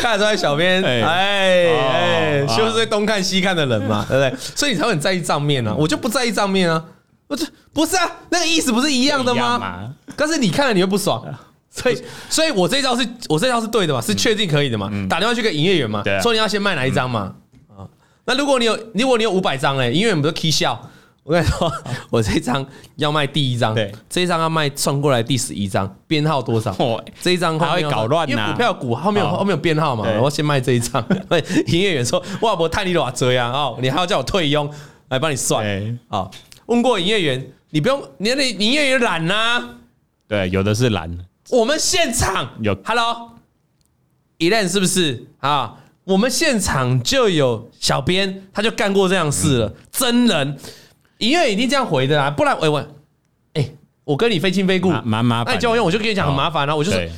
看得出来，小编哎哎哎，哦啊就是会东看西看的 人嘛，对不对？所以你才会很在意账面啊，我就不在意账面啊，我这不是啊，那个意思不是一样的一样吗嘛？ 但是你看了你会不爽。啊所以，所以我这一招是我这一招是对的嘛，是确定可以的嘛？打电话去给营业员嘛嗯对，啊嗯说你要先卖哪一张嘛？啊，那如果你有，如果你有五百张哎，营业员不是 K 笑？我跟你说， 我这一张要卖第一张，嗯对这一张要卖算过来第十一张，编号多少？ 哦这一张他会搞乱因为呐股票股后面有哦后面有编号嘛，对我要先卖这一张。 营业员说：“哇，我探你多少折呀？哦，你还要叫我退佣来帮你算对啊？”哦问过营业员，你不用，你那营业员懒呐。对，有的是蓝，我们现场有 Hello，一任是不是啊？我们现场就有小编，他就干过这样事了，真人。营业员一定这样回的啦，不然我我哎，我跟你非亲非故，蛮蛮麻那烦你的。哎叫我用，我就跟你讲很麻烦啊，我就对是。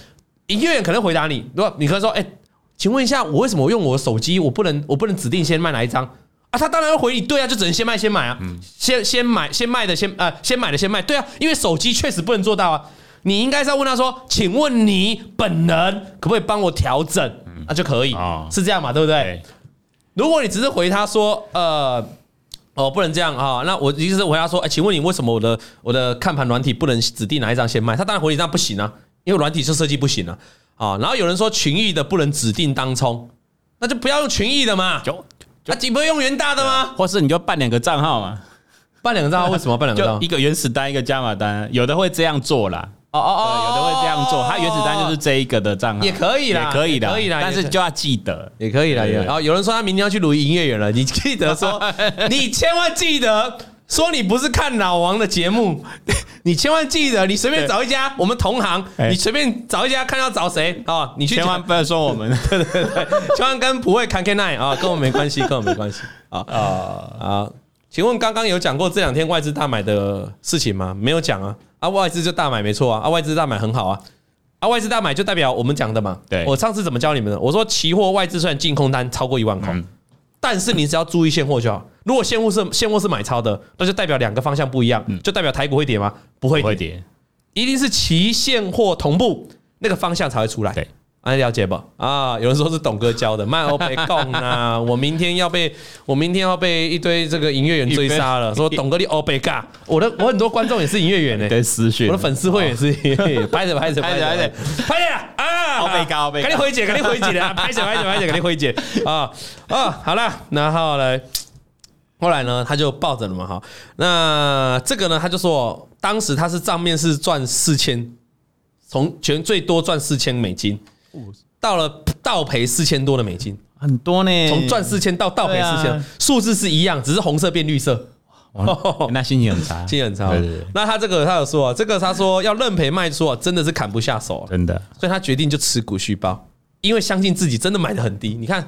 营业员可能回答你，如果你可能说，哎、请问一下，我为什么用我的手机，我不能我不能指定先卖哪一张啊？他当然会回你，对啊，就只能先卖先买啊，先先买先卖的先呃先买的先卖，对啊，因为手机确实不能做到啊。你应该是要问他说，请问你本人可不可以帮我调整？那、就可以，哦是这样嘛，对不对？对如果你只是回他说，呃，哦，不能这样啊、那我意思是回答说，哎、请问你为什么我的我的看盘软体不能指定哪一张先卖？他当然回你这样不行啊，因为软体是设计不行啊。啊、然后有人说群益的不能指定当冲，那就不要用群益的嘛，就啊，你不会用元大的吗？或是你就办两个账号嘛，办两个啊账号为什么办两个账啊就号一？个原始单，一个加码单，有的会这样做啦，哦哦对，有的会这样做。它原始单就是这一个的账号，也可以啦也可以的，也可以啦但也是可以就要记得，也可以啦，对也对然后有人说他明天要去录营业员了，你记 得说，你千万记得说你不是看老王的节目， 你千万记得，你随便找一家我们同行，哎你随便找一家看要找谁啊，你去千万不要说我 们千万跟不会 can can nine 啊，跟我没关系，跟我没关系啊啊，啊。请问刚刚有讲过这两天外资大买的事情吗？没有讲啊，啊外资就大买没错啊，啊外资大买很好啊，啊外资大买就代表我们讲的嘛。对我上次怎么教你们的？我说期货外资虽然净空单超过一万口，嗯但是你只要注意现货就好。如果现货是现货是买超的，那就代表两个方向不一样，嗯就代表台股会跌吗？不会不会跌，跌，一定是期现货同步那个方向才会出来。对，啊，了解吧？啊，有人说是董哥教的，卖欧被供啊，我明天要被我明天要被一堆这个营业员追杀了，说董哥你欧哦被尬。我的我很多观众也是营业员欸呢、跟私讯我的粉丝会也是营业员， 拍着拍着哦拍着拍拍着着拍着啊，欧北尬欧北尬赶紧回解，赶紧回 解的，拍着拍着拍着，赶紧回解啊啊，好了，然后呢，后来呢，他就抱着了嘛，哈，那这个呢，他就说，当时他是账面是赚四千，从全最多赚四千美金，到了倒赔四千多的美金，很多呢，从赚四千到倒赔对四啊千，数字是一样，只是红色变绿色。哇那心情很差， 心情很差对对对。那他这个他有说啊，这个他说要认赔卖出啊，真的是砍不下手啊，真的所以他决定就持股续报，因为相信自己真的买的很低。你看，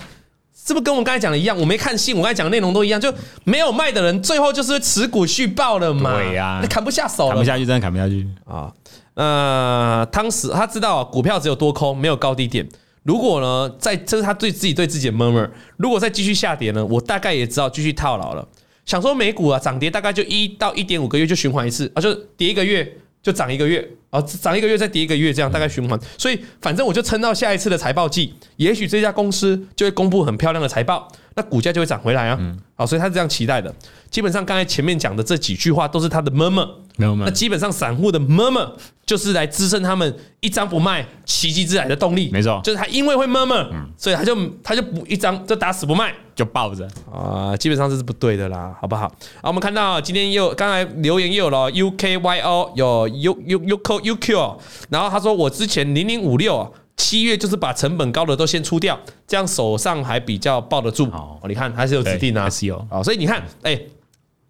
是不是跟我刚才讲的一样？我没看信，我刚才讲的内容都一样，就没有卖的人最后就是持股续报了嘛，对呀那砍不下手砍了不下去，真的砍不下去，啊。呃，当时他知道、啊、股票只有多空，没有高低点。如果呢，在这是他对自己对自己的 murmur，如果再继续下跌呢，我大概也知道继续套牢了。想说美股啊，涨跌大概就一到一点五个月就循环一次啊，就跌一个月就涨一个月啊，涨一个月再跌一个月，这样大概循环。所以反正我就撑到下一次的财报季，也许这家公司就会公布很漂亮的财报，那股价就会涨回来啊。好，所以他是这样期待的。基本上刚才前面讲的这几句话都是他的 murmur。没有吗那？基本上散户的 murmur 就是来支撑他们一张不卖奇迹之来的动力，没错就是他因为会 murmur，、所以他就他就不一张就打死不卖就抱着，啊、基本上这是不对的啦，好不好？啊，我们看到今天又刚才留言也有了 U K Y O 有 U U U Q U Q，然后他说我之前零零五六七月就是把成本高的都先出掉，这样手上还比较抱得住。哦哦，你看还是有指定啊，还是有啊，所以你看，哎、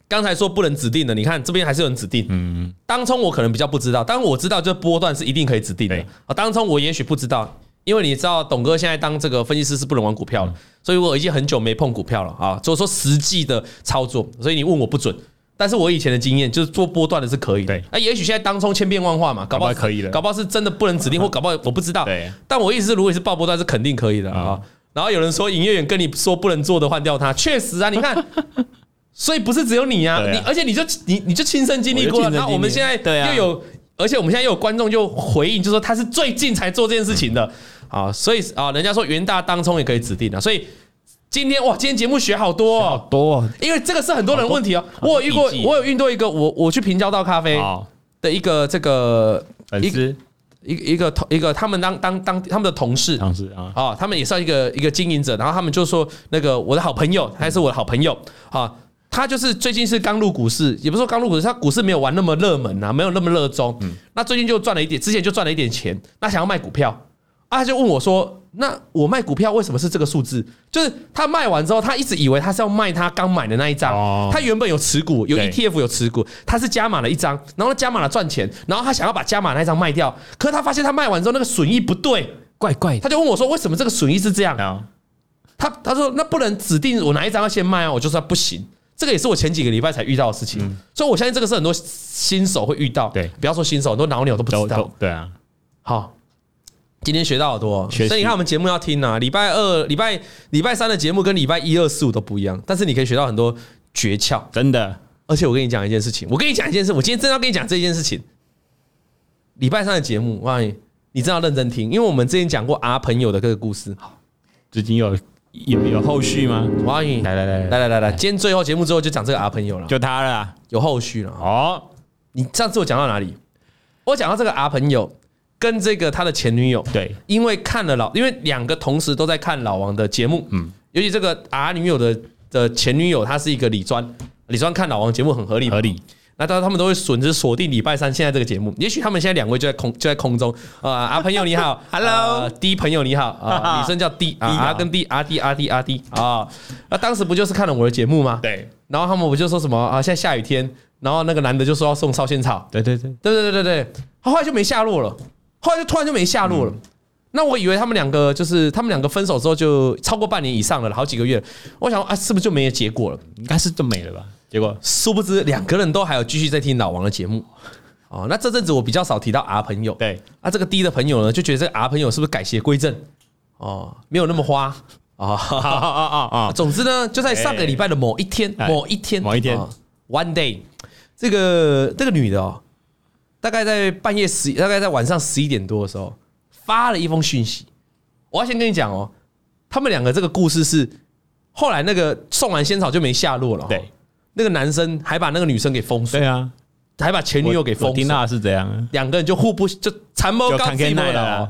刚才说不能指定的，你看这边还是有人指定。嗯，当冲我可能比较不知道，但我知道这波段是一定可以指定的对。啊，当冲我也许不知道，因为你知道董哥现在当这个分析师是不能玩股票嗯了，所以我已经很久没碰股票了啊，所以说实际的操作，所以你问我不准。但是我以前的经验就是做波段的是可以的，啊对那、也许现在当冲千变万化嘛，搞不好搞不好可以了搞不好是真的不能 指定，或搞不好我不知道。对但我意思是，如果你是爆波段，是肯定可以的啊啊。然后有人说营业员跟你说不能做的，换掉他，确实啊，你 看，所以不是只有你啊，对啊你而且你就你你就亲身经历过了，我就亲身经历然后我们现对啊在又有，而且我们现在又有观众就回应，就说他是最近才做这件事情的啊，所以啊，人家说元大当冲也可以指定啊，所以今天哇，今天节目学好多哦，多因为这个是很多人的问题哦。好多我有遇过笔，记我有遇到一个，我我去平交道咖啡好的一个这个粉一丝一个一个同一个他们当当当他们的同事尝试啊，啊，他们也算一个一个经营者，然后他们就说那个我的好朋友，他是我的好朋友啊。他就是最近是刚入股市，也不是说刚入股市，他股市没有玩那么热门啊，没有那么热衷。嗯那最近就赚了一点，之前就赚了一点钱，那想要卖股票啊，他就问我说：“那我卖股票为什么是这个数字？”就是他卖完之后，他一直以为他是要卖他刚买的那一张，哦他原本有持股，有对 ETF 有持股，他是加码了一张，然后加码了赚钱，然后他想要把加码那一张卖掉，可是他发现他卖完之后那个损益不对，怪怪的他就问我说：“为什么这个损益是这样啊，？”他他说：“那不能指定我哪一张要先卖啊？”我就说：“不行。”这个也是我前几个礼拜才遇到的事情，所以我相信这个是很多新手会遇到。嗯对不要说新手，很多老鸟都不都知都道。对啊，好，今天学到好多哦，学习所以你看我们节目要听啊，礼拜二、礼拜礼拜三的节目跟礼拜一二四五都不一样，但是你可以学到很多诀窍。真的而且我跟你讲一件事情，我跟你讲一件事，我今天真的要跟你讲这件事情。礼拜三的节目，我告诉你，你真的要认真听，因为我们之前讲过 R 朋友的这个故事。最近有有有后续吗？我告诉你，来来来来来来来，今天最后节目之后就讲这个 R 朋友了，就他了啊有后续了。哦，你上次我讲到哪里？我讲到这个 R 朋友跟这个他的前女友，对，因为看了老，因为两个同时都在看老王的节目，嗯，尤其这个 R 女友的的前女友，她是一个理专，理专看老王节目很合理嘛，合理那到时候他们都会准时锁定礼拜三现在这个节目。也许他们现在两位就在空就在空中啊，啊朋友你好 Hello 呃，D 朋友你好 啊，女生叫 D 啊 D 啊，R 跟 D，R D R D R D 啊，那当时不就是看了我的节目吗？对然后他们不就说什么啊，现在下雨天，然后那个男的就说要送烧仙草，对对对，对对对对对，他后来就没下落了，后来就突然就没下落了。那我以为他们两个就是他们两个分手之后就超过半年以上了，好几个月。我想啊，是不是就没有结果了？应该是就没了吧？结果殊不知两个人都还有继续在听老王的节目。哦，那这阵子我比较少提到 R 朋友， 对啊，这个 D 的朋友呢，就觉得这个 R 朋友是不是改邪归正？哦，没有那么花啊啊。啊啊 啊，总之呢，就在上个礼拜的某一天，哎某一天，某一天啊，one day，这个这个女的哦，大概在半夜十，大概在晚上十一点多的时候，发了一封讯息。我要先跟你讲哦，他们两个这个故事是后来那个送完仙草就没下落了、哦，对那个男生还把那个女生给封锁对，啊，还把前女友给我封听锁，到的是这样啊，两个人就互不就残谋就高看自己见不奈了了哦。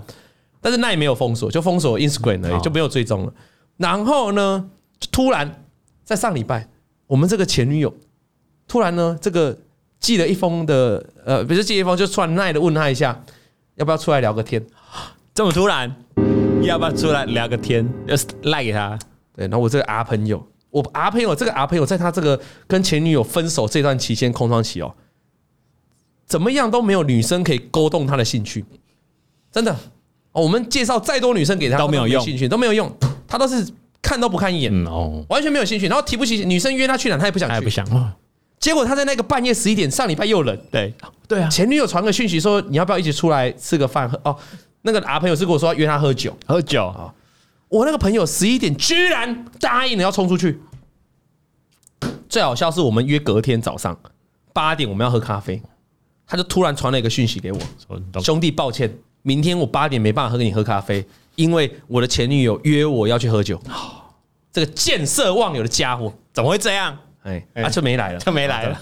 但是奈没有封锁，就封锁 Instagram 而好已，就没有追踪了。然后呢，就突然在上礼拜，我们这个前女友突然呢，这个寄了一封的呃，不是寄了一封，就突然奈的问他一下，要不要出来聊个天？这么突然，要不要出来聊个天？要是赖给他，对，然后我这个 R 朋友，我 R 朋友这个 R 朋友，在他这个跟前女友分手这段期间空窗期哦，怎么样都没有女生可以勾动他的兴趣，真的。哦，我们介绍再多女生给他都没有他用兴趣都没有用，他都是看都不看一眼，嗯哦，完全没有兴趣。然后提不起女生约他去哪，他也不想他也去。不想哦，结果他在那个半夜十一点，上礼拜又有人，对对啊，前女友传个讯息说你要不要一起出来吃个饭喝？哦，那个 R 朋友是跟我说要约他喝酒，喝酒啊，我那个朋友十一点居然答应了要冲出去。最好笑是我们约隔天早上八点我们要喝咖啡，他就突然传了一个讯息给我，说你懂兄弟，抱歉，明天我八点没办法喝跟你喝咖啡，因为我的前女友约我要去喝酒。这个见色忘友的家伙，怎么会这样？哎，哎他就没来了。就没来了，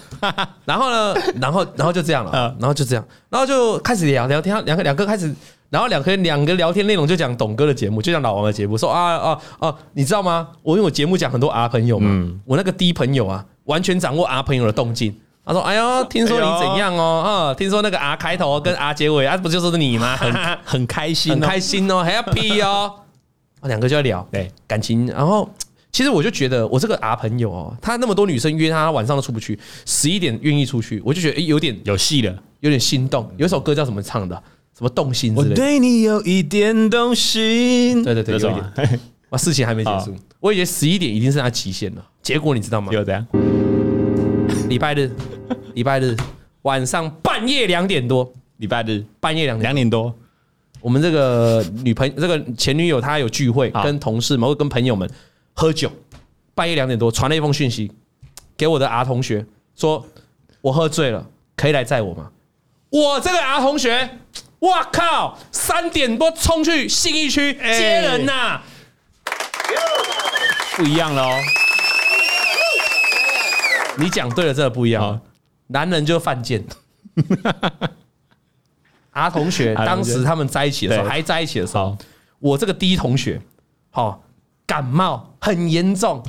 然后呢，然后然后就这样了，嗯然后就这样，然后就开始聊聊天，两个两个开始，然后两个两个聊天内容就讲董哥的节目，就讲老王的节目，说啊啊啊，你知道吗？我因为我节目讲很多 R 朋友嘛，我那个 D 朋友啊，完全掌握 R 朋友的动静。他说：“哎呦，听说你怎样哦？啊、听说那个 R 开头跟 R 结尾啊，不就是你吗？很 很开心哦， 很开心哦，happy 哦。”两个就在聊对感情，然后其实我就觉得我这个 R 朋友哦，他那么多女生约他，他晚上都出不去，十一点愿意出去，我就觉得哎、诶有点有戏了。有点心动。有一首歌叫什么唱的啊？什么动心之我哦类的？对你有一点动心。对对对，这有种一点。 哇，事情还没结束好，我以为十一点一定是他极限了，结果你知道吗？又怎样？礼拜日，礼拜日晚上半夜两点多，礼拜日半夜两点两，点多，我们这个女朋这个前女友她有聚会，好跟同事们或跟朋友们喝酒，半夜两点多传了一封讯息给我的 R 同学，说我喝醉了，可以来载我吗？我这个 R 同学，我靠，三点多冲去信义区哎接人呐、不一样喽。你讲对了，真的不一样好了。男人就犯 贱。R 同学 R 同学当时他们在一起的时候，对还在一起的时候，好，我这个 D 同学，好、感冒很严重，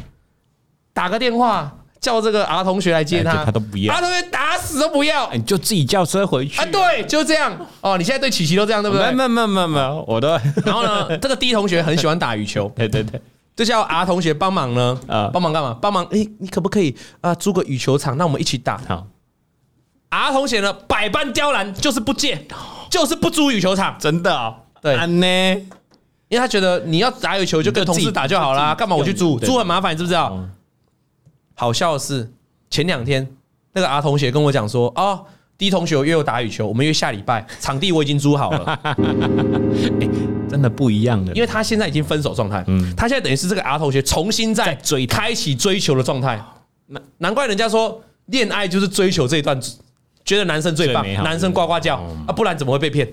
打个电话叫这个 R 同学来接哎他，就他都不要哎 R 同学打死都不要你就自己叫车回去啊！。对，就这样哦。你现在对琪琪都这样，对不对没？没没没没，我都，然后呢，这个 D 同学很喜欢打羽球 对对对，就叫 R 同学帮忙呢，啊帮忙干嘛？帮忙，诶，你可不可以啊、租个羽球场，那我们一起打？好， R 同学呢，百般刁难，就是不借，就是不租羽球场，真的哦。对安呢？因为他觉得你要打羽球就跟同事打就好你就啦，自己干嘛我去租？用对租很麻烦，你知不知道嗯？好笑的是，前两天那个 R 同学跟我讲说，哦，D 同学有约我打羽球，我们约下礼拜，场地我已经租好了，真的不一样的，因为他现在已经分手状态，嗯他现在等于是这个 R 同学重新在追开启追求的状态，难难怪人家说恋爱就是追求这一段，觉得男生最棒最美，好嗯男生呱呱叫啊，不然怎么会 被骗？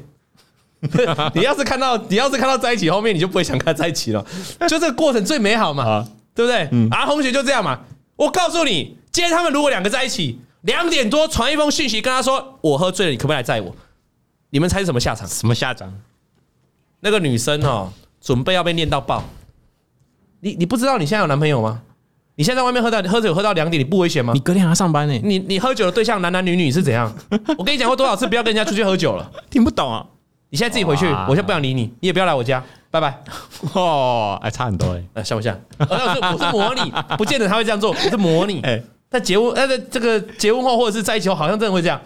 你要是看到你要是看到在一起后面，你就不会想跟他在一起了，就这个过程最美好嘛，啊，对不对？R 同学就这样嘛，我告诉你，今天他们如果两个在一起，两点多传一封讯息跟他说我喝醉了，你可不可以来载我？你们猜是什么下场？什么下场？那个女生哦，准备要被念到爆。你你不知道你现在有男朋友吗？你现在在外面喝到喝酒喝到两点，你不危险吗你？隔天还要上班呢，你你喝酒的对象男男女女 是怎样？我跟你讲过多少次，不要跟人家出去喝酒了。听不懂啊？你现在自己回去，哇我就不想理你，你也不要来我家，拜拜。哦，哎，差很多哎。呃，像不像？呃那我是我是模拟，不见得他会这样做，我是模拟。哎， 但结婚，呃，这个结婚后或者是在一起后，好像真的会这样。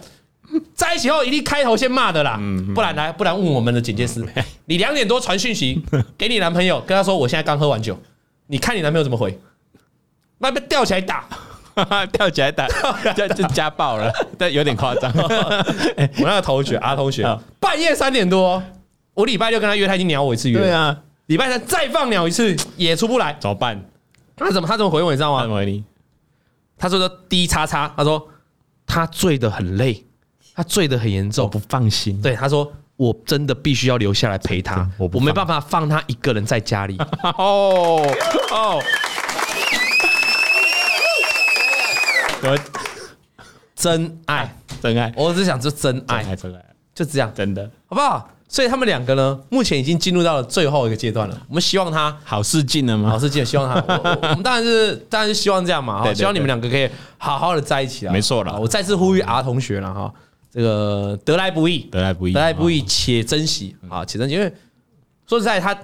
在一起后一定开头先骂的啦，不然来，不然问我们的剪接 师，你两点多传讯息 给你男朋友，跟他说我现在刚喝完酒，你看你男朋友怎么回？那被吊起来打，跳起来 打，就就家暴 了，哎但有点夸张。我那个同学阿同学 啊，半夜三点多，我礼拜六跟他约，他已经鸟我一次约，对，啊，礼拜三再放鸟一次也出不来，怎么办？他怎么他怎么回我你知道吗范？维尼，他说的 D 叉叉，他说他醉得很累，他醉得很严我重不，放心。对，他说我真的必须要留下来陪他，我我不放没办法放他一个人在家里。 哦哦，我真 爱，真爱，我只想说真真爱，爱，真爱，就这样，真的好不好？所以他们两个呢，目前已经进入到了最后一个阶段了。我们希望他好事尽了老吗？师，记得希望他，我我我们当然是当然是希望这样嘛，对哈，对希望你们两个可以好好的在一起啦。没错啦啊我再次呼吁 R 同学了哈，这个得来不易，得来不易得来不易，且珍惜啊，且珍惜，因为说实在，他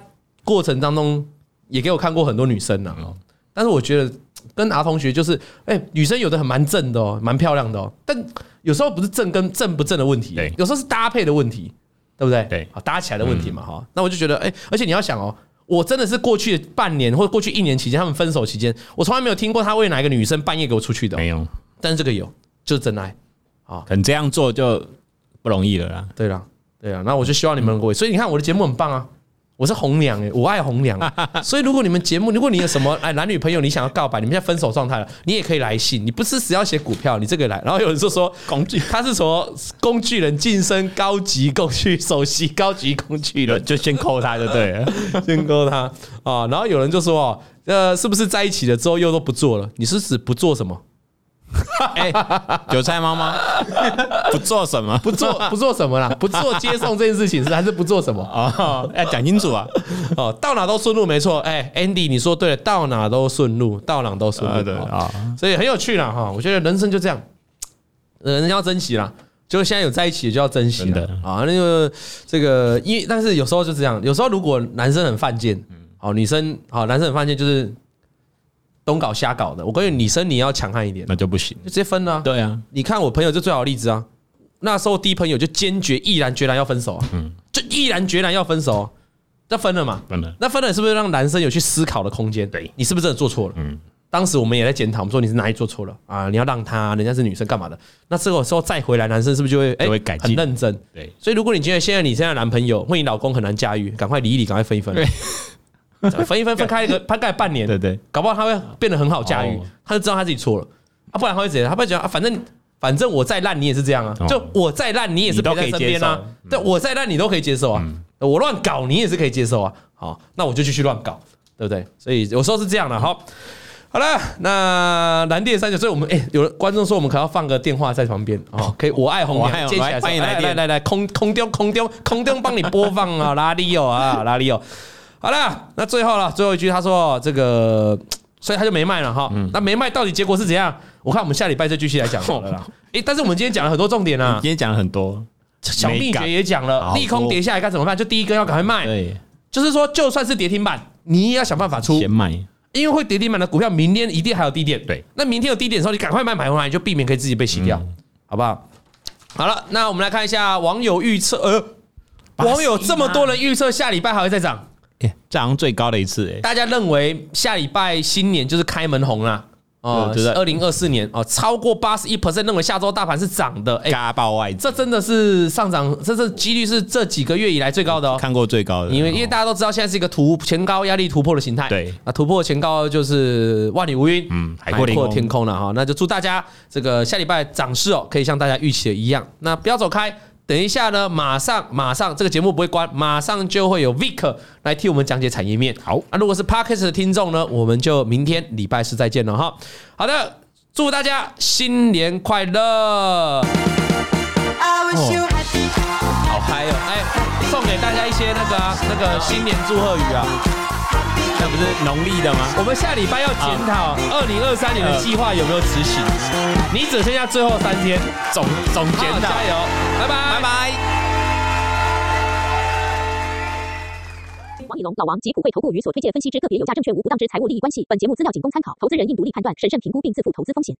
过程当中也给我看过很多女生嗯呢，哦但是我觉得跟 R 同学就是，哎，女生有的很蛮正的哦，蛮漂亮的哦，但有时候不是正跟正不正的问题对，有时候是搭配的问题，对不对？对嗯好搭起来的问题嘛，哈、那我就觉得，哎、而且你要想哦。我真的是过去半年或过去一年期间，他们分手期间，我从来没有听过他为哪一个女生半夜给我出去的哦、没有，但是这个有，就是真爱。肯这样做就不容易了啦。对啦，对啦，那我就希望你们过，所以你看我的节目很棒啊，我是红娘哎、我爱红娘。 所以如果你们节目，如果你有什么哎男女朋友你想要告白，你们现在分手状态了，你也可以来信，你不是只要写股票，你这个来。然后有人就说 工具他是说工具人晋升高级工具首席 高级工具人，就先扣他就 对啊了。 先勾他啊。然后有人就说哦，呃，是不是在一起了之后又都不做了？你是指不做什么？哎，韭菜猫吗？不做什么？不做不做什么啦？不做接送这件事情是还是不做什么？哦，要讲清楚啊。哦，到哪都顺路，没错。哎、a n d y 你说对了，到哪都顺路，到哪都顺啊，路。对哦啊，所以很有趣啦哈。我觉得人生就这样，呃人要珍惜啦。就现在有在一起就要珍惜真的的啊。那个这个，因为但是嗯哦有时候就这样，有时候如果男生很犯贱，好、女生好、男生很犯贱，就是东搞瞎搞的。我告诉你，女生你要强悍一点，那就不行。就直接分了、啊。对啊，你看我朋友就最好的例子啊，那时候第一朋友就坚决毅然决然要分手、啊，嗯，就毅然决然要分手、啊，那分了嘛，分了那分了是不是让男生有去思考的空间？对你是不是真的做错了？嗯，当时我们也在检讨，我们说你是哪里做错了啊？你要让他，人家是女生干嘛的？那这个时候再回来，男生是不是就会哎、就会改进很认真？对，所以如果你觉得现在你现在的男朋友或你老公很难驾驭，赶快离一离，赶快分一分，分一分，分开 一个，分开半年，对对，搞不好他会变得很好驾驭哦，他就知道他自己错了，啊，不然他会怎样？他会觉得啊，反正反正我再烂你也是这样啊哦，就我再烂你也是你都陪可在以身边啊接，嗯对我再烂你都可以接受啊，我乱搞你也是可以接受啊，好，那我就继续乱搞，对不对？所以有时候是这样的，好。好了，那蓝电三九，所以我们哎、有观众说我们可能要放个电话在旁边 哦，可以，我爱红我娘爱接起来来说，哎欢迎来来电来来来，空空中空中空中帮你播放啊，拉力哦啊，拉力哦。好了，那最后了，最后一句他说这个，所以他就没卖了哈。嗯那没卖到底结果是怎样？我看我们下礼拜再继续来讲好了啦。哎，但是我们今天讲了很多重点啊今，天讲了很多，小秘美感诀也讲好了，多利空跌下来该怎么办？就第一根要赶快卖，对，就是说就算是跌停板，你也要想办法出先，卖，因为会跌停板的股票，明天一定还有低点。对，嗯那明天有低点的时候，你赶快卖买回来，你就避免可以自己被洗掉，好不好？好了，那我们来看一下网友预测，呃，啊网友这么多人预测下礼拜还会再涨，哎，这好像最高的一次，哎，大家认为下礼拜新年就是开门红啦。哦，对对二零二四年哦，超过八十一 percent 认为下周大盘是涨的，哎，嘎爆外资，这真的是上涨，这这几率是这几个月以来最高的哦。看过最高的，因为因为大家都知道现在是一个突前高压力突破的形态，对啊，突破前高就是万里无云，嗯海阔天空天空了哈。那就祝大家这个下礼拜涨势哦，可以像大家预期的一样。那不要走开，等一下呢，马上马上这个节目不会关，马上就会有 Vic 来替我们讲解产业面。啊好那如果是 Parkes 的听众呢，我们就明天礼拜四再见了哈。好的，祝大家新年快乐！ I wish you happy, 好嗨哦！哎，送给大家一些那个啊、那个新年祝贺语啊。那不是农历的吗？我们下礼拜要检讨二零二三年的计划有没有执行，你只剩下最后三天，总总好检好讨，加油，拜拜，拜拜。王以龙、老王及普惠投顾与所推荐分析之个别有价证券无不当之财务利益关系。本节目资料仅供参考，投资人应独立判断、审慎评估并自负投资风险。